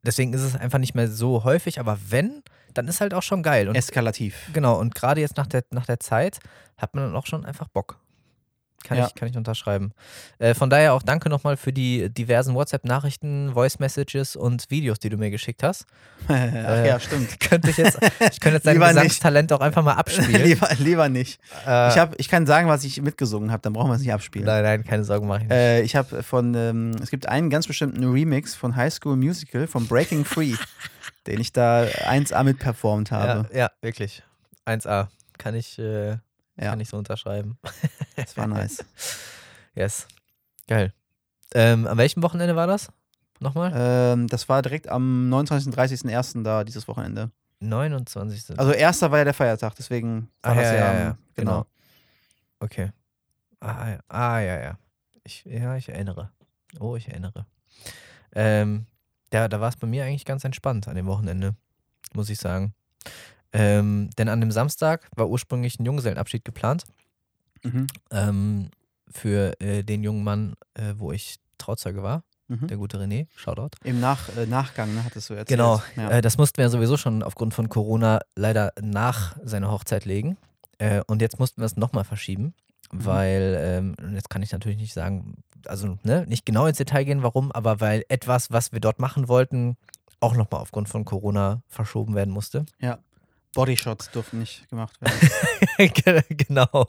S1: deswegen ist es einfach nicht mehr so häufig, aber wenn, dann ist halt auch schon geil. Und
S2: Eskalativ.
S1: Genau, und gerade jetzt nach der, nach der Zeit hat man dann auch schon einfach Bock. Kann,
S2: Ja.
S1: ich, kann ich unterschreiben. Äh, von daher auch danke nochmal für die diversen WhatsApp-Nachrichten, Voice-Messages und Videos, die du mir geschickt hast.
S2: Ach ja, stimmt.
S1: Könnte ich jetzt, ich könnte jetzt dein
S2: Lieber nicht.
S1: Gesangstalent auch einfach mal abspielen.
S2: lieber, lieber nicht.
S1: Äh,
S2: Ich, hab, ich kann sagen, was ich mitgesungen habe, dann brauchen wir es nicht abspielen.
S1: nein, nein, keine Sorge, mache ich nicht.
S2: Äh, ich habe von, ähm, es gibt einen ganz bestimmten Remix von High School Musical von Breaking Free, den ich da 1A mit performt
S1: ja,
S2: habe.
S1: ja, wirklich. 1A. Kann ich, äh, kann ich so unterschreiben.
S2: das war nice.
S1: Yes. Geil. Ähm, an welchem Wochenende war das? Nochmal?
S2: ähm, das war direkt am 29. 30.01. da, dieses Wochenende.
S1: 29.
S2: Also erster war ja der Feiertag, deswegen war
S1: Ah,
S2: das ja, am-
S1: genau.
S2: genau.
S1: Okay. Ah, ja, ah, ja, ja. Ich, ja, ich erinnere. Oh, ich erinnere. Ähm, ja, da war es bei mir eigentlich ganz entspannt an dem Wochenende, muss ich sagen. Ähm, denn an dem Samstag war ursprünglich ein Junggesellenabschied geplant
S2: Mhm.
S1: ähm, für äh, den jungen Mann, äh, wo ich Trauzeuge war,
S2: Mhm.
S1: der gute René, Shoutout.
S2: Im Nach äh, Nachgang, ne, hattest du erzählt.
S1: Genau,
S2: Ja.
S1: äh, das mussten wir ja sowieso schon aufgrund von Corona leider nach seiner Hochzeit legen. Äh, und jetzt mussten wir es nochmal verschieben,
S2: Mhm.
S1: weil, ähm, und jetzt kann ich natürlich nicht sagen, also ne, nicht genau ins Detail gehen, warum, aber weil etwas, was wir dort machen wollten, auch nochmal aufgrund von Corona verschoben werden musste.
S2: Bodyshots durften nicht gemacht werden.
S1: Ge- genau.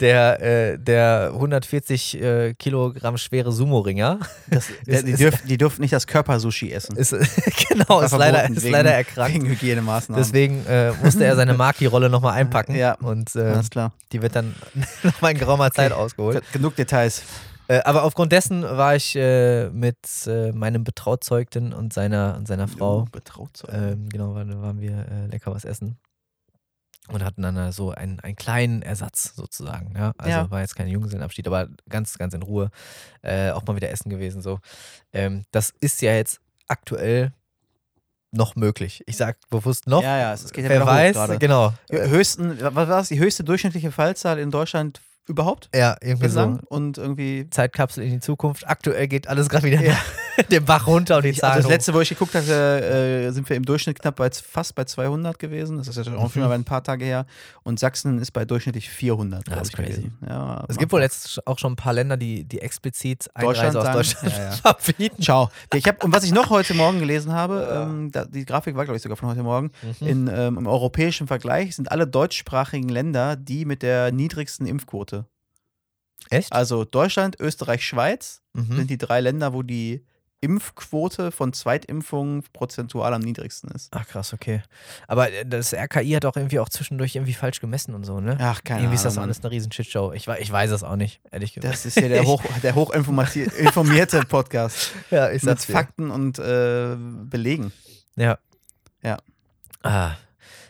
S1: der, äh, der 140 äh, Kilogramm schwere Sumo-Ringer
S2: Das,
S1: Ist-
S2: die,
S1: ist-
S2: dürf, die durften nicht das Körpersushi essen.
S1: ist, genau,
S2: War
S1: ist, leider,
S2: verboten
S1: ist
S2: wegen-
S1: leider erkrankt.
S2: Wegen Hygienemaßnahmen.
S1: Deswegen äh, musste er seine Maki-Rolle nochmal einpacken.
S2: Ja.
S1: Und äh,
S2: Alles klar.
S1: die wird dann nochmal in geraumer Zeit
S2: Okay.
S1: ausgeholt.
S2: Genug Details.
S1: Äh, aber aufgrund dessen war ich äh, mit äh, meinem Betrauzeugten und seiner, und seiner Frau,
S2: Betraut zu
S1: ähm, genau, waren, waren wir äh, lecker was essen. Und hatten dann äh, so einen, einen kleinen Ersatz sozusagen. Ja? Also
S2: Ja.
S1: war jetzt kein Junggesellenabschied, aber ganz, ganz in Ruhe. Äh, auch mal wieder essen gewesen. So. Ähm, das ist ja jetzt aktuell noch möglich. Ich sag bewusst noch.
S2: Ja, ja, es es geht ja
S1: Wer
S2: wieder
S1: weiß,
S2: hoch gerade.
S1: genau.
S2: Hö- Höchsten, was war das? Die höchste durchschnittliche Fallzahl in Deutschland überhaupt?
S1: Ja, irgendwie
S2: Bislang?
S1: so.
S2: Und irgendwie.
S1: Zeitkapsel in die Zukunft. Aktuell geht alles gerade wieder.
S2: Ja.
S1: den Bach runter und die
S2: Ich, also
S1: Zahlen
S2: das
S1: hoch.
S2: letzte, wo ich geguckt hatte, äh, sind wir im Durchschnitt knapp bei, fast bei 200 gewesen. Das ist ja auch
S1: Mhm.
S2: schon mal ein paar Tage her. Und Sachsen ist bei durchschnittlich 400.
S1: Ja,
S2: glaub
S1: das
S2: ich,
S1: ist crazy.
S2: gewesen. Ja,
S1: es
S2: mach-
S1: gibt wohl jetzt auch schon ein paar Länder, die, die explizit
S2: Deutschland
S1: Einreise aus
S2: sagen.
S1: Deutschland
S2: Ja, ja.
S1: verbieten.
S2: Ciao. Ich hab, und was ich noch heute Morgen gelesen habe,
S1: Ja.
S2: ähm, da, die Grafik war, glaube ich, sogar von heute Morgen,
S1: Mhm.
S2: in, ähm, im europäischen Vergleich sind alle deutschsprachigen Länder die mit der niedrigsten Impfquote.
S1: Echt?
S2: Also Deutschland, Österreich, Schweiz
S1: Mhm.
S2: sind Ne, die drei Länder, wo die Impfquote von Zweitimpfungen prozentual am niedrigsten ist.
S1: Ach krass, okay. Aber äh, das RKI hat auch irgendwie auch zwischendurch irgendwie falsch gemessen und so, ne?
S2: Ach, keine
S1: irgendwie ist das
S2: Ahnung, Mann.
S1: alles eine riesen Shitshow. Ich, wei- ich weiß es auch nicht, ehrlich gesagt.
S2: Das ist hier der, hoch, der hochinformierte Podcast.
S1: ja, ich
S2: Mit
S1: dir.
S2: Fakten und äh, Belegen.
S1: Ja.
S2: Ja.
S1: Ah.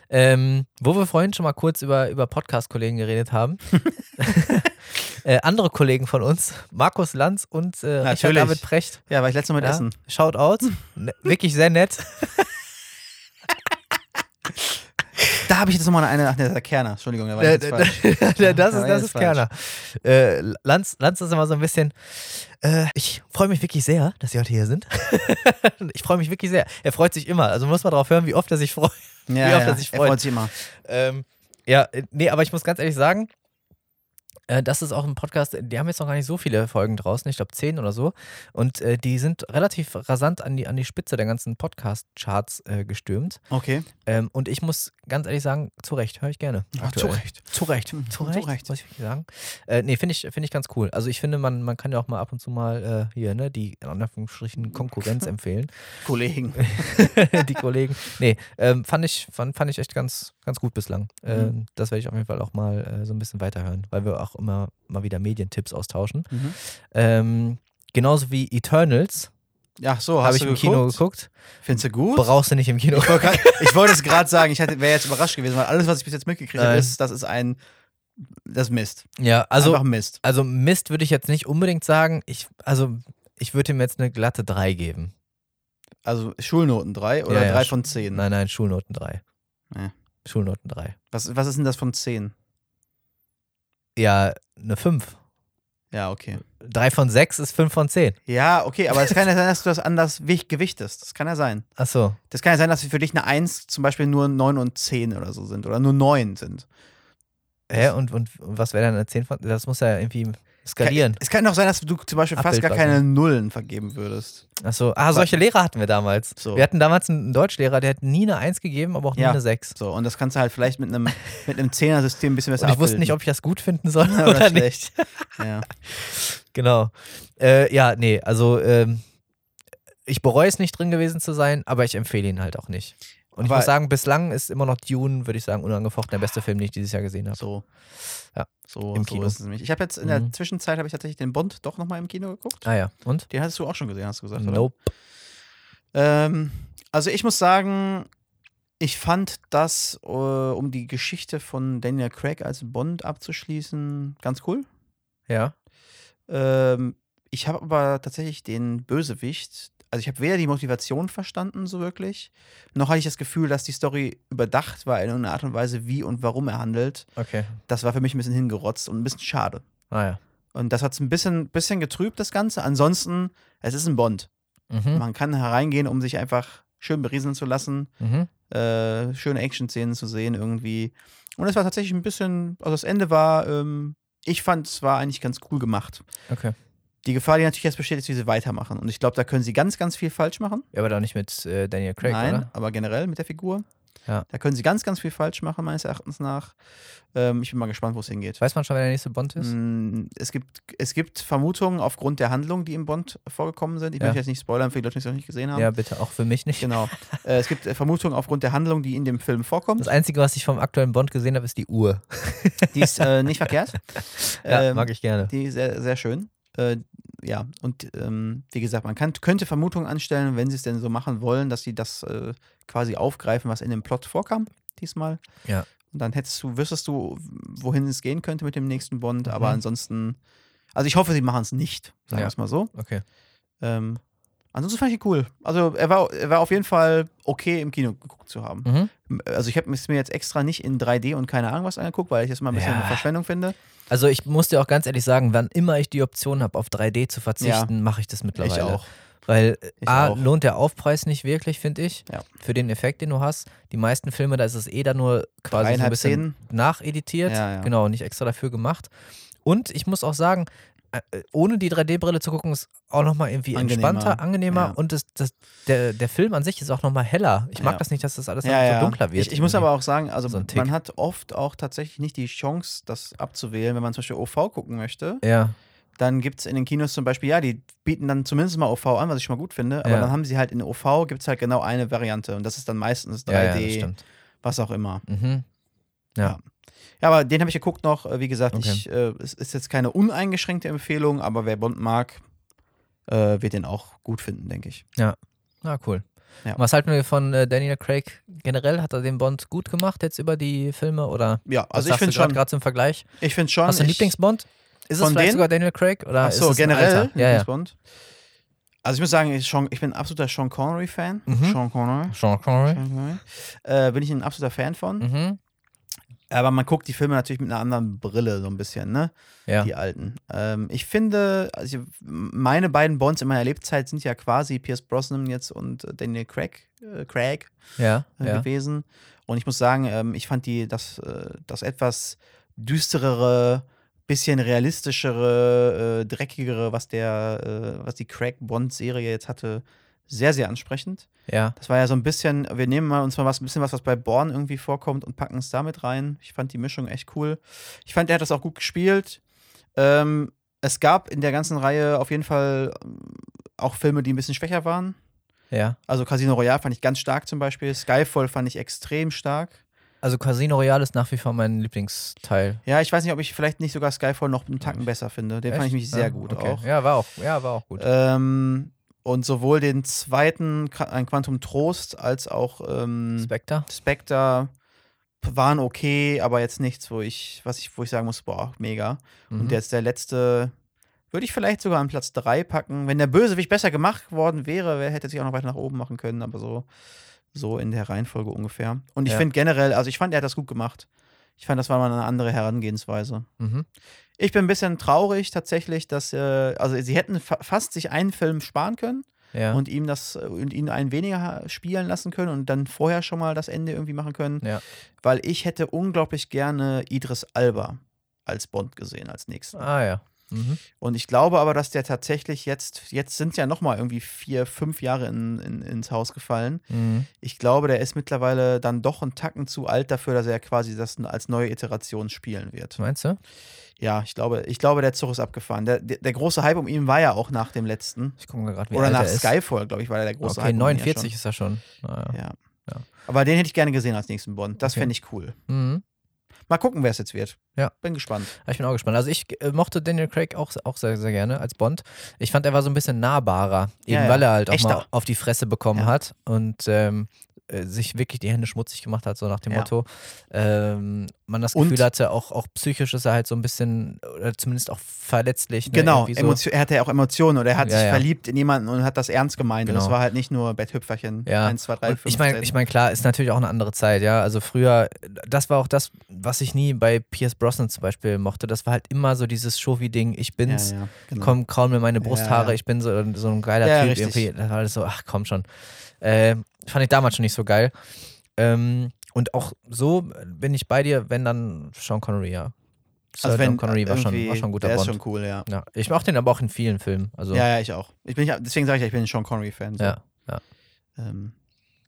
S1: Ähm, wo wir vorhin schon mal kurz über, über Podcast-Kollegen geredet haben. äh, andere Kollegen von uns, Markus Lanz und äh, Richard
S2: Natürlich.
S1: David Precht.
S2: Ja, war ich letztes Mal mit
S1: Ja,
S2: Essen.
S1: Shoutouts. Ne, wirklich sehr nett.
S2: Da habe ich jetzt nochmal eine. Ach, nee, das war Kerner. Entschuldigung, da war ich
S1: Äh,
S2: jetzt
S1: d-
S2: falsch.
S1: d- d- Das
S2: Ja,
S1: ist,
S2: ja,
S1: das
S2: ist
S1: ist Kerner. Äh, Lanz, Lanz ist immer so ein bisschen. Äh, ich freue mich wirklich sehr, dass Sie heute hier sind. ich freue mich wirklich sehr. Er freut sich immer. Also muss man drauf hören, wie oft er sich freut.
S2: Ja,
S1: Wie oft
S2: ja,
S1: er sich
S2: er
S1: freut.
S2: freut sich immer.
S1: Ähm, ja, äh, nee, aber ich muss ganz ehrlich sagen, äh, das ist auch ein Podcast, die haben jetzt noch gar nicht so viele Folgen draußen, ich glaube zehn oder so. Und äh, die sind relativ rasant an die, an die Spitze der ganzen Podcast-Charts äh, gestürmt.
S2: Okay.
S1: Ähm, und ich muss ganz ehrlich sagen, zu Recht, höre ich gerne.
S2: Ach, zu
S1: aktuell.
S2: Recht.
S1: Zu Recht.
S2: Hm,
S1: Zu
S2: zu
S1: Recht,
S2: Recht.
S1: muss ich wirklich sagen. Äh, nee, finde ich, find ich ganz cool. Also ich finde, man, man kann ja auch mal ab und zu mal äh, hier, ne, die in Anführungsstrichen Konkurrenz empfehlen.
S2: Kollegen.
S1: die Kollegen. Nee, ähm, fand, ich, fand, fand ich echt ganz, ganz gut bislang.
S2: Mhm.
S1: Ähm, das werde ich auf jeden Fall auch mal äh, so ein bisschen weiterhören, weil wir auch immer mal wieder Medientipps austauschen.
S2: Mhm.
S1: Ähm, genauso wie Eternals
S2: Ach so,
S1: habe
S2: hast
S1: ich
S2: du
S1: im
S2: geguckt?
S1: Kino geguckt.
S2: Findest du gut?
S1: Brauchst du nicht im Kino.
S2: Ich wollte grad- ich wollte es gerade sagen. Ich hätte- wäre jetzt überrascht gewesen, weil alles, was ich bis jetzt mitgekriegt habe,
S1: Nein.
S2: ist, das ist ein. Das ist Mist.
S1: Ja, also,
S2: Einfach Mist.
S1: also Mist würde ich jetzt nicht unbedingt sagen. Ich, also ich würde ihm jetzt eine glatte 3 geben.
S2: Also Schulnoten 3 oder
S1: Ja, ja,
S2: 3
S1: Sch-
S2: von 10.
S1: Nein, nein, Schulnoten 3.
S2: Ja.
S1: Schulnoten 3.
S2: Was, was ist denn das von 10?
S1: Ja, eine 5.
S2: Ja, okay.
S1: 3 von 6 ist 5 von 10.
S2: Ja, okay, aber es kann ja sein, dass du das anders wich- gewichtest. Das kann ja sein.
S1: Achso.
S2: Das kann ja sein, dass für dich eine 1 zum Beispiel nur 9 und 10 oder so sind oder nur 9 sind.
S1: Hä? Und, und, und was wäre dann eine 10 von? Das muss ja irgendwie skalieren.
S2: Es kann auch sein, dass du zum Beispiel fast gar
S1: Abbildbar,
S2: keine Nullen vergeben würdest.
S1: Achso, ah, solche Lehrer hatten wir damals.
S2: So.
S1: Wir hatten damals einen Deutschlehrer, der hat nie eine 1 gegeben, aber auch nie
S2: Ja.
S1: eine 6.
S2: So, und das kannst du halt vielleicht mit einem, mit einem 10er-System ein bisschen besser
S1: Und ich wusste nicht, ob ich das gut finden soll oder, nicht.
S2: schlecht. Ja.
S1: Genau. Äh, ja, nee, also ähm, ich bereue es nicht drin gewesen zu sein, aber ich empfehle ihn halt auch nicht. Und ich
S2: Aber-
S1: muss sagen, bislang ist immer noch Dune, würde ich sagen, unangefochten der beste Film, den ich dieses Jahr gesehen habe.
S2: So.
S1: Ja.
S2: So,
S1: Im
S2: so
S1: Kino.
S2: ist es nämlich. Ich habe jetzt in der
S1: Mhm.
S2: Zwischenzeit habe ich tatsächlich den Bond doch nochmal im Kino geguckt.
S1: Ah ja, und?
S2: Den hast du auch schon gesehen, hast du gesagt, oder?
S1: Nope.
S2: Ähm, also ich muss sagen, ich fand das, äh, um die Geschichte von Daniel Craig als Bond abzuschließen, ganz cool.
S1: Ja.
S2: Ähm, ich habe aber tatsächlich den Bösewicht, also ich habe weder die Motivation verstanden so wirklich, noch hatte ich das Gefühl, dass die Story überdacht war in irgendeiner Art und Weise, wie und warum er handelt.
S1: Okay.
S2: Das war für mich ein bisschen hingerotzt und ein bisschen schade.
S1: Ah ja.
S2: Und das hat es ein bisschen, bisschen getrübt, das Ganze. Ansonsten, es ist ein Bond.
S1: Mhm.
S2: Man kann hereingehen, um sich einfach schön berieseln zu lassen
S1: Mhm.
S2: äh, schöne Action-Szenen zu sehen irgendwie. Und es war tatsächlich ein bisschen, also das Ende war, ähm, ich fand, es war eigentlich ganz cool gemacht.
S1: Okay.
S2: Die Gefahr, die natürlich jetzt besteht, ist, wie sie weitermachen. Und ich glaube, da können sie ganz, ganz viel falsch machen.
S1: Ja, aber doch nicht mit äh, Daniel Craig,
S2: Nein,
S1: oder?
S2: aber generell mit der Figur.
S1: Ja.
S2: Da können sie ganz, ganz viel falsch machen, meines Erachtens nach. Ähm, ich bin mal gespannt, wo es hingeht.
S1: Weiß man schon, wer der nächste Bond ist?
S2: Mm, Es gibt, es gibt Vermutungen aufgrund der Handlungen, die im Bond vorgekommen sind. Ich
S1: Ja.
S2: möchte jetzt nicht spoilern für die Leute, die es noch nicht gesehen haben.
S1: Ja, bitte, auch für mich nicht.
S2: Genau. äh, es gibt äh, Vermutungen aufgrund der Handlungen, die in dem Film vorkommen.
S1: Das Einzige, was ich vom aktuellen Bond gesehen habe, ist die Uhr.
S2: Die ist äh, nicht verkehrt.
S1: Ja,
S2: Ähm,
S1: mag ich gerne.
S2: Die ist sehr, sehr schön. Äh, ja, und ähm, wie gesagt, man kann, könnte Vermutungen anstellen, wenn sie es denn so machen wollen, dass sie das äh, quasi aufgreifen, was in dem Plot vorkam diesmal.
S1: Ja.
S2: Und dann hättest du, wüsstest du, wohin es gehen könnte mit dem nächsten Bond,
S1: Mhm.
S2: aber ansonsten, also ich hoffe, sie machen es nicht, sagen wir
S1: Ja.
S2: es mal so.
S1: Okay.
S2: Ähm, ansonsten fand ich ihn cool. Also er war, er war auf jeden Fall okay im Kino geguckt zu haben.
S1: Mhm.
S2: Also ich habe es mir jetzt extra nicht in 3D und keine Ahnung was angeguckt, weil ich das mal ein bisschen
S1: Ja.
S2: eine Verschwendung finde.
S1: Also ich muss dir auch ganz ehrlich sagen, wann immer ich die Option habe, auf 3D zu verzichten, mache ich das mittlerweile. Weil äh,
S2: Ich
S1: A,
S2: auch.
S1: lohnt der Aufpreis nicht wirklich, finde ich.
S2: Ja.
S1: Für den Effekt, den du hast. Die meisten Filme, da ist es eh dann nur quasi so ein
S2: Dreieinhalb
S1: bisschen
S2: Szenen.
S1: nacheditiert.
S2: Ja, ja.
S1: Genau, nicht extra dafür gemacht. Und ich muss auch sagen, äh, äh, ohne die 3D-Brille zu gucken, ist auch nochmal irgendwie
S2: Angenehmer.
S1: entspannter, angenehmer.
S2: Ja.
S1: Und das, das, der, der Film an sich ist auch nochmal heller. Ich mag
S2: Ja.
S1: das nicht, dass das alles
S2: Ja,
S1: dann
S2: ja.
S1: so dunkler wird.
S2: Ich, ich muss
S1: irgendwie.
S2: aber auch sagen, also
S1: So ein Tick.
S2: man hat oft auch tatsächlich nicht die Chance, das abzuwählen, wenn man zum Beispiel OV gucken möchte.
S1: Ja,
S2: Dann gibt es in den Kinos zum Beispiel, ja, die bieten dann zumindest mal OV an, was ich schon mal gut finde, aber
S1: Ja.
S2: dann haben sie halt in OV gibt es halt genau eine Variante und das ist dann meistens 3D,
S1: ja, ja, das stimmt.
S2: was auch immer.
S1: Mhm.
S2: Ja, aber den habe ich geguckt noch, äh, wie gesagt,
S1: Okay.
S2: ich, äh, es ist jetzt keine uneingeschränkte Empfehlung, aber wer Bond mag, äh, wird den auch gut finden, denke ich.
S1: Na Ah, cool.
S2: Ja.
S1: Was halten wir von äh, Daniel Craig generell? Hat er den Bond gut gemacht jetzt über die Filme oder
S2: Ja,
S1: was
S2: also ich
S1: sagst
S2: finde
S1: du grad-
S2: schon,
S1: grad zum Vergleich?
S2: ich finde schon.
S1: Hast du einen
S2: ich-
S1: Lieblingsbond? Ist es
S2: von
S1: vielleicht
S2: denen?
S1: sogar Daniel Craig oder
S2: Ach so,
S1: ist es ein
S2: generell
S1: Alter? Ja, ja.
S2: Lieblingsbond. Also ich muss sagen, ich, Sean, ich bin ein absoluter Sean Connery-Fan.
S1: Mhm.
S2: Sean Connery.
S1: Sean Connery.
S2: Sean Connery. Äh, bin ich ein absoluter Fan von.
S1: Mhm.
S2: Aber man guckt die Filme natürlich mit einer anderen Brille so ein bisschen, ne?
S1: Ja.
S2: Die alten. Ähm, ich finde, also meine beiden Bonds in meiner Lebzeit sind ja quasi Pierce Brosnan jetzt und äh, Daniel Craig, äh, Craig
S1: Ja.
S2: äh,
S1: Ja.
S2: gewesen. Und ich muss sagen, ähm, ich fand die, das, äh, das etwas düsterere, bisschen realistischere, äh, dreckigere, was der, äh, was die Craig-Bond-Serie jetzt hatte, sehr, sehr ansprechend.
S1: ja.
S2: Das war ja so ein bisschen, wir nehmen mal uns mal was, ein bisschen was, was bei Born irgendwie vorkommt und packen es damit rein. Ich fand die Mischung echt cool. Ich fand, er hat das auch gut gespielt. Ähm, es gab in der ganzen Reihe auf jeden Fall ähm, auch Filme, die ein bisschen schwächer waren.
S1: Ja.
S2: Also Casino Royale fand ich ganz stark zum Beispiel. Skyfall fand ich extrem stark.
S1: Also Casino Royale ist nach wie vor mein Lieblingsteil.
S2: Ja, ich weiß nicht, ob ich vielleicht nicht sogar Skyfall noch einen Tacken besser finde. Den fand ich
S1: Echt?
S2: mich
S1: Ja,
S2: sehr gut
S1: okay.
S2: auch.
S1: Ja, war auch, ja, war auch gut.
S2: Ähm, und sowohl den zweiten, Qua- ein Quantum Trost, als auch ähm,
S1: Spectre?
S2: Spectre p- waren okay, aber jetzt nichts, wo ich, was ich, wo ich sagen muss, boah, mega.
S1: Mhm.
S2: Und jetzt der letzte würde ich vielleicht sogar an Platz 3 packen. Wenn der Bösewicht besser gemacht worden wäre, wär- hätte er sich auch noch weiter nach oben machen können, aber so, so in der Reihenfolge ungefähr. Und ich
S1: Ja.
S2: finde generell, also ich fand, er hat das gut gemacht. Ich fand, das war mal eine andere Herangehensweise.
S1: Mhm.
S2: Ich bin ein bisschen traurig tatsächlich, dass, äh, also sie hätten fa fast sich einen Film sparen können
S1: Ja.
S2: und ihm das und ihn einen weniger ha- spielen lassen können und dann vorher schon mal das Ende irgendwie machen können.
S1: Ja.
S2: Weil ich hätte unglaublich gerne Idris Alba als Bond gesehen als nächsten.
S1: ah ja. Mhm.
S2: Und ich glaube aber, dass der tatsächlich jetzt, jetzt sind ja noch mal irgendwie vier, fünf Jahre in, in, ins Haus gefallen.
S1: Mhm.
S2: Ich glaube, der ist mittlerweile dann doch einen Tacken zu alt dafür, dass er quasi das als neue Iteration spielen wird.
S1: Meinst du?
S2: Ja, ich glaube, ich glaube, der Zug ist abgefahren. Der, der, der große Hype um ihn war ja auch nach dem letzten.
S1: Ich gucke mal gerade, wie
S2: Oder
S1: alt
S2: nach
S1: er ist.
S2: Skyfall, glaube ich, war der, der große
S1: Okay,
S2: Hype. um ihn ja schon.
S1: 49 ist er schon. Ah, ja.
S2: Ja.
S1: Ja.
S2: Aber den hätte ich gerne gesehen als nächsten Bond. Das
S1: Okay.
S2: fände ich cool.
S1: Mhm.
S2: Mal gucken, wer es jetzt wird.
S1: Ja.
S2: Bin gespannt.
S1: Ich bin auch gespannt. Also ich äh, mochte Daniel Craig auch, auch sehr, sehr gerne als Bond. Ich fand, er war so ein bisschen nahbarer, eben
S2: Ja, ja.
S1: weil er halt auch
S2: Echter.
S1: mal auf die Fresse bekommen
S2: Ja.
S1: hat und ähm, äh, sich wirklich die Hände schmutzig gemacht hat, so nach dem
S2: Ja.
S1: Motto. Ähm, man das
S2: Und-
S1: Gefühl hatte, auch, auch psychisch ist er halt so ein bisschen, oder zumindest auch verletzlich. Ne?
S2: genau,
S1: Irgendwie So.
S2: Emotio- er hatte ja auch Emotionen oder er hat
S1: Ja,
S2: sich
S1: ja.
S2: verliebt in jemanden und hat das ernst gemeint. Und das
S1: Genau.
S2: war halt nicht nur Betthüpferchen.
S1: Ja.
S2: 1, 2, 3,
S1: Und
S2: 5.
S1: ich meine, ich mein, klar, ist natürlich auch eine andere Zeit, ja. Also früher, das war auch das, was ich nie bei Pierce Brosnan zum Beispiel mochte. Das war halt immer so dieses Shovi-Ding, ich
S2: ja,
S1: bin's,
S2: ja, genau.
S1: komm, kraul mir meine Brusthaare,
S2: ja.
S1: ich bin so, so ein geiler
S2: Ja,
S1: Typ
S2: richtig.
S1: irgendwie. Das war alles so, ach komm schon. Äh, fand ich damals schon nicht so geil. Ähm, und auch so bin ich bei dir, wenn dann Sean Connery, ja. Sir John Connery war schon, war
S2: Also irgendwie-
S1: schon ein guter
S2: der
S1: Bond.
S2: ist schon cool, ja.
S1: Ja, ich mochte den aber auch in vielen Filmen. Also,
S2: Ja, ja, ich auch. Ich bin, ja- deswegen sage ich ja, ich bin ein Sean Connery-Fan. So.
S1: ja. ja.
S2: Ähm,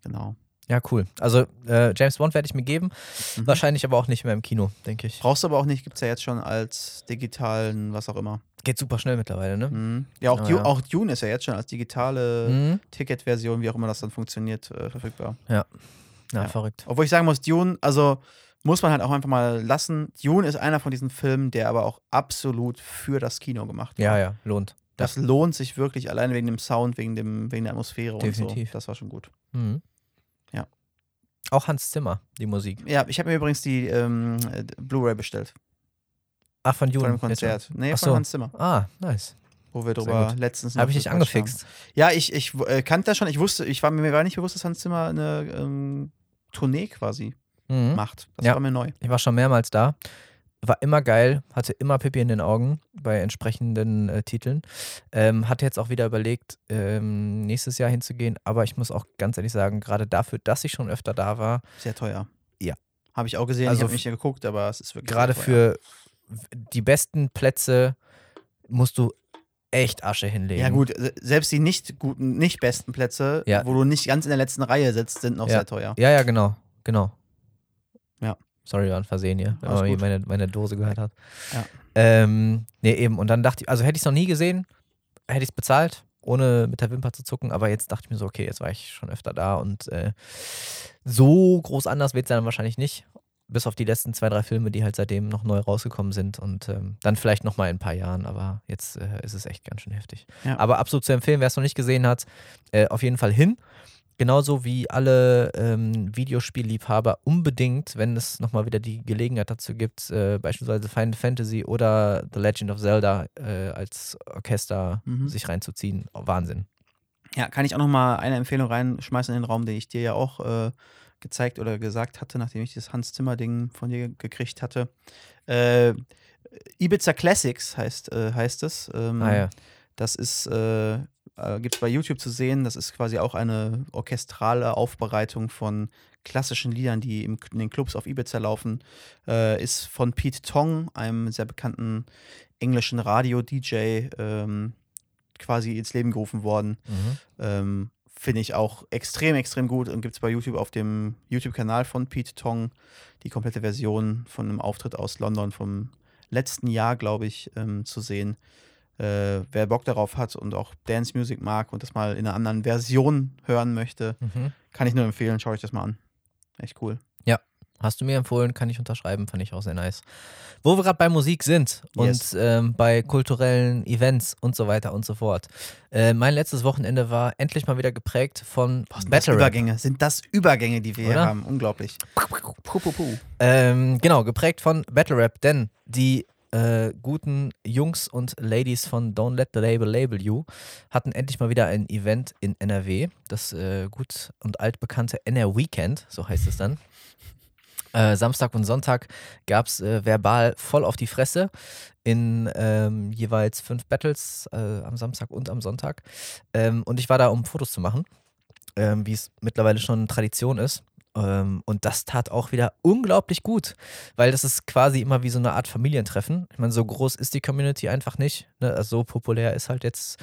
S2: genau.
S1: Ja, cool. Also äh, James Bond werde ich mir geben.
S2: Mhm.
S1: Wahrscheinlich aber auch nicht mehr im Kino, denke ich.
S2: Brauchst du aber auch nicht, gibt es ja jetzt schon als digitalen, was auch immer.
S1: Geht super schnell mittlerweile, ne?
S2: Mhm. Ja, auch,
S1: Ja,
S2: Dune,
S1: ja.
S2: auch Dune ist ja jetzt schon als digitale
S1: Mhm.
S2: Ticketversion, wie auch immer das dann funktioniert, äh, verfügbar.
S1: Na,
S2: Ja.
S1: verrückt.
S2: Obwohl ich sagen muss, Dune, also muss man halt auch einfach mal lassen. Dune ist einer von diesen Filmen, der aber auch absolut für das Kino gemacht
S1: Ja, ja, lohnt.
S2: Das lohnt sich wirklich alleine wegen dem Sound, wegen, dem, wegen der Atmosphäre und
S1: Definitiv.
S2: so. Das war schon gut.
S1: Mhm.
S2: Ja.
S1: Auch Hans Zimmer, die Musik.
S2: Ja, ich habe mir übrigens die ähm, äh, Blu-ray bestellt
S1: Ach, von Juni.
S2: von dem Konzert. Nee,
S1: Ach
S2: von
S1: so.
S2: Hans Zimmer,
S1: Ah, nice.
S2: wo wir
S1: Sehr
S2: drüber
S1: gut.
S2: letztens noch
S1: Habe ich dich
S2: gequatscht haben.
S1: angefixt.
S2: Ja, ich, ich äh, kannte das schon. Ich wusste, ich war mir war nicht bewusst, dass Hans Zimmer eine ähm, Tournee quasi
S1: Mhm.
S2: macht. Das
S1: Ja.
S2: war mir neu.
S1: Ich war schon mehrmals da. war immer geil, hatte immer Pippi in den Augen bei entsprechenden äh, Titeln. Ähm, hatte jetzt auch wieder überlegt, ähm, nächstes Jahr hinzugehen, aber ich muss auch ganz ehrlich sagen, gerade dafür, dass ich schon öfter da war,
S2: Sehr teuer.
S1: Ja.
S2: Habe ich auch gesehen,
S1: Also
S2: ich habe
S1: f-
S2: nicht hier geguckt, aber es ist wirklich.
S1: gerade
S2: sehr teuer.
S1: für die besten Plätze musst du echt Asche hinlegen.
S2: Ja, gut, se- selbst die nicht guten, nicht besten Plätze,
S1: Ja.
S2: wo du nicht ganz in der letzten Reihe sitzt, sind noch sehr teuer.
S1: Ja, ja, genau, genau.
S2: Ja.
S1: Sorry, war ein Versehen hier, wenn
S2: Alles
S1: man
S2: gut.
S1: meine, meine Dose gehört hat.
S2: Ja.
S1: Ähm, nee, eben. Und dann dachte ich, also hätte ich es noch nie gesehen, hätte ich es bezahlt, ohne mit der Wimper zu zucken. Aber jetzt dachte ich mir so, okay, jetzt war ich schon öfter da und äh, so groß anders wird es dann wahrscheinlich nicht. Bis auf die letzten zwei, drei Filme, die halt seitdem noch neu rausgekommen sind und ähm, dann vielleicht nochmal in ein paar Jahren, aber jetzt äh, ist es echt ganz schön heftig.
S2: Ja.
S1: Aber absolut zu empfehlen, wer es noch nicht gesehen hat, äh, auf jeden Fall hin. Genauso wie alle ähm, Videospielliebhaber unbedingt, wenn es nochmal wieder die Gelegenheit dazu gibt, äh, beispielsweise Final Fantasy oder The Legend of Zelda äh, als Orchester
S2: Mhm.
S1: sich reinzuziehen. Oh, Wahnsinn.
S2: Ja, kann ich auch noch mal eine Empfehlung reinschmeißen in den Raum, den ich dir ja auch äh, gezeigt oder gesagt hatte, nachdem ich das Hans Zimmer Ding von dir gekriegt hatte. Äh, Ibiza Classics heißt äh, heißt es. Ähm,
S1: Naja,
S2: Das ist äh, äh, gibt's bei YouTube zu sehen. Das ist quasi auch eine orchestrale Aufbereitung von klassischen Liedern, die im, in den Clubs auf Ibiza laufen. Äh, ist von Pete Tong, einem sehr bekannten englischen Radio-DJ, ähm, quasi ins Leben gerufen worden.
S1: mhm.
S2: Ähm, Finde ich auch extrem, extrem gut und gibt es bei YouTube auf dem YouTube-Kanal von Pete Tong die komplette Version von einem Auftritt aus London vom letzten Jahr, glaube ich, ähm, zu sehen. Äh, wer Bock darauf hat und auch Dance Music mag und das mal in einer anderen Version hören möchte,
S1: Mhm.
S2: kann ich nur empfehlen, schaut euch das mal an. Echt cool.
S1: Hast du mir empfohlen, kann ich unterschreiben, fand ich auch sehr nice. Wo wir gerade bei Musik sind und
S2: Yes.
S1: ähm, bei kulturellen Events und so weiter und so fort. Äh, mein letztes Wochenende war endlich mal wieder geprägt von Battle Rap.
S2: Übergänge. Sind das Übergänge, die wir hier
S1: Oder?
S2: haben? Unglaublich. Puh, puh, puh.
S1: Ähm, genau, geprägt von Battle Rap, denn die äh, guten Jungs und Ladies von Don't Let the Label Label You hatten endlich mal wieder ein Event in NRW, das äh, gut und altbekannte NR Weekend, so heißt es dann. Äh, Samstag und Sonntag gab es äh, verbal voll auf die Fresse in ähm, jeweils fünf Battles äh, am Samstag und am Sonntag. Ähm, und ich war da, um Fotos zu machen, ähm, wie es mittlerweile schon Tradition ist. Ähm, und das tat auch wieder unglaublich gut, weil das ist quasi immer wie so eine Art Familientreffen. Ich meine, so groß ist die Community einfach nicht. Ne? Also so populär ist halt jetzt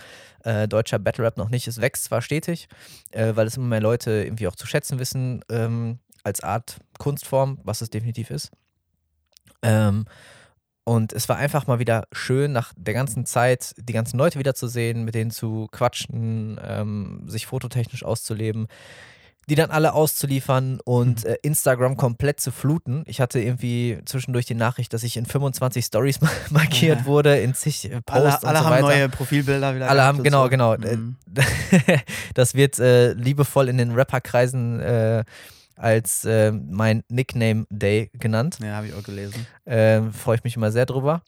S1: äh, deutscher Battle Rap noch nicht. Es wächst zwar stetig, äh, weil es immer mehr Leute irgendwie auch zu schätzen wissen ähm, als Art Kunstform, was es definitiv ist. Ähm, und es war einfach mal wieder schön, nach der ganzen Zeit die ganzen Leute wiederzusehen, mit denen zu quatschen, ähm, sich fototechnisch auszuleben, die dann alle auszuliefern und
S2: Mhm.
S1: äh, Instagram komplett zu fluten. Ich hatte irgendwie zwischendurch die Nachricht, dass ich in 25 Stories markiert
S2: Ja.
S1: wurde, in zig äh, Posts
S2: Alle,
S1: und
S2: alle
S1: so
S2: haben
S1: weiter.
S2: neue Profilbilder wieder.
S1: Alle
S2: gehabt
S1: haben,
S2: und
S1: genau,
S2: so.
S1: genau.
S2: Mhm.
S1: das wird äh, liebevoll in den Rapperkreisen äh, als äh, mein Nickname Day genannt.
S2: Ja, habe ich auch gelesen.
S1: Ähm, Freue ich mich immer sehr drüber.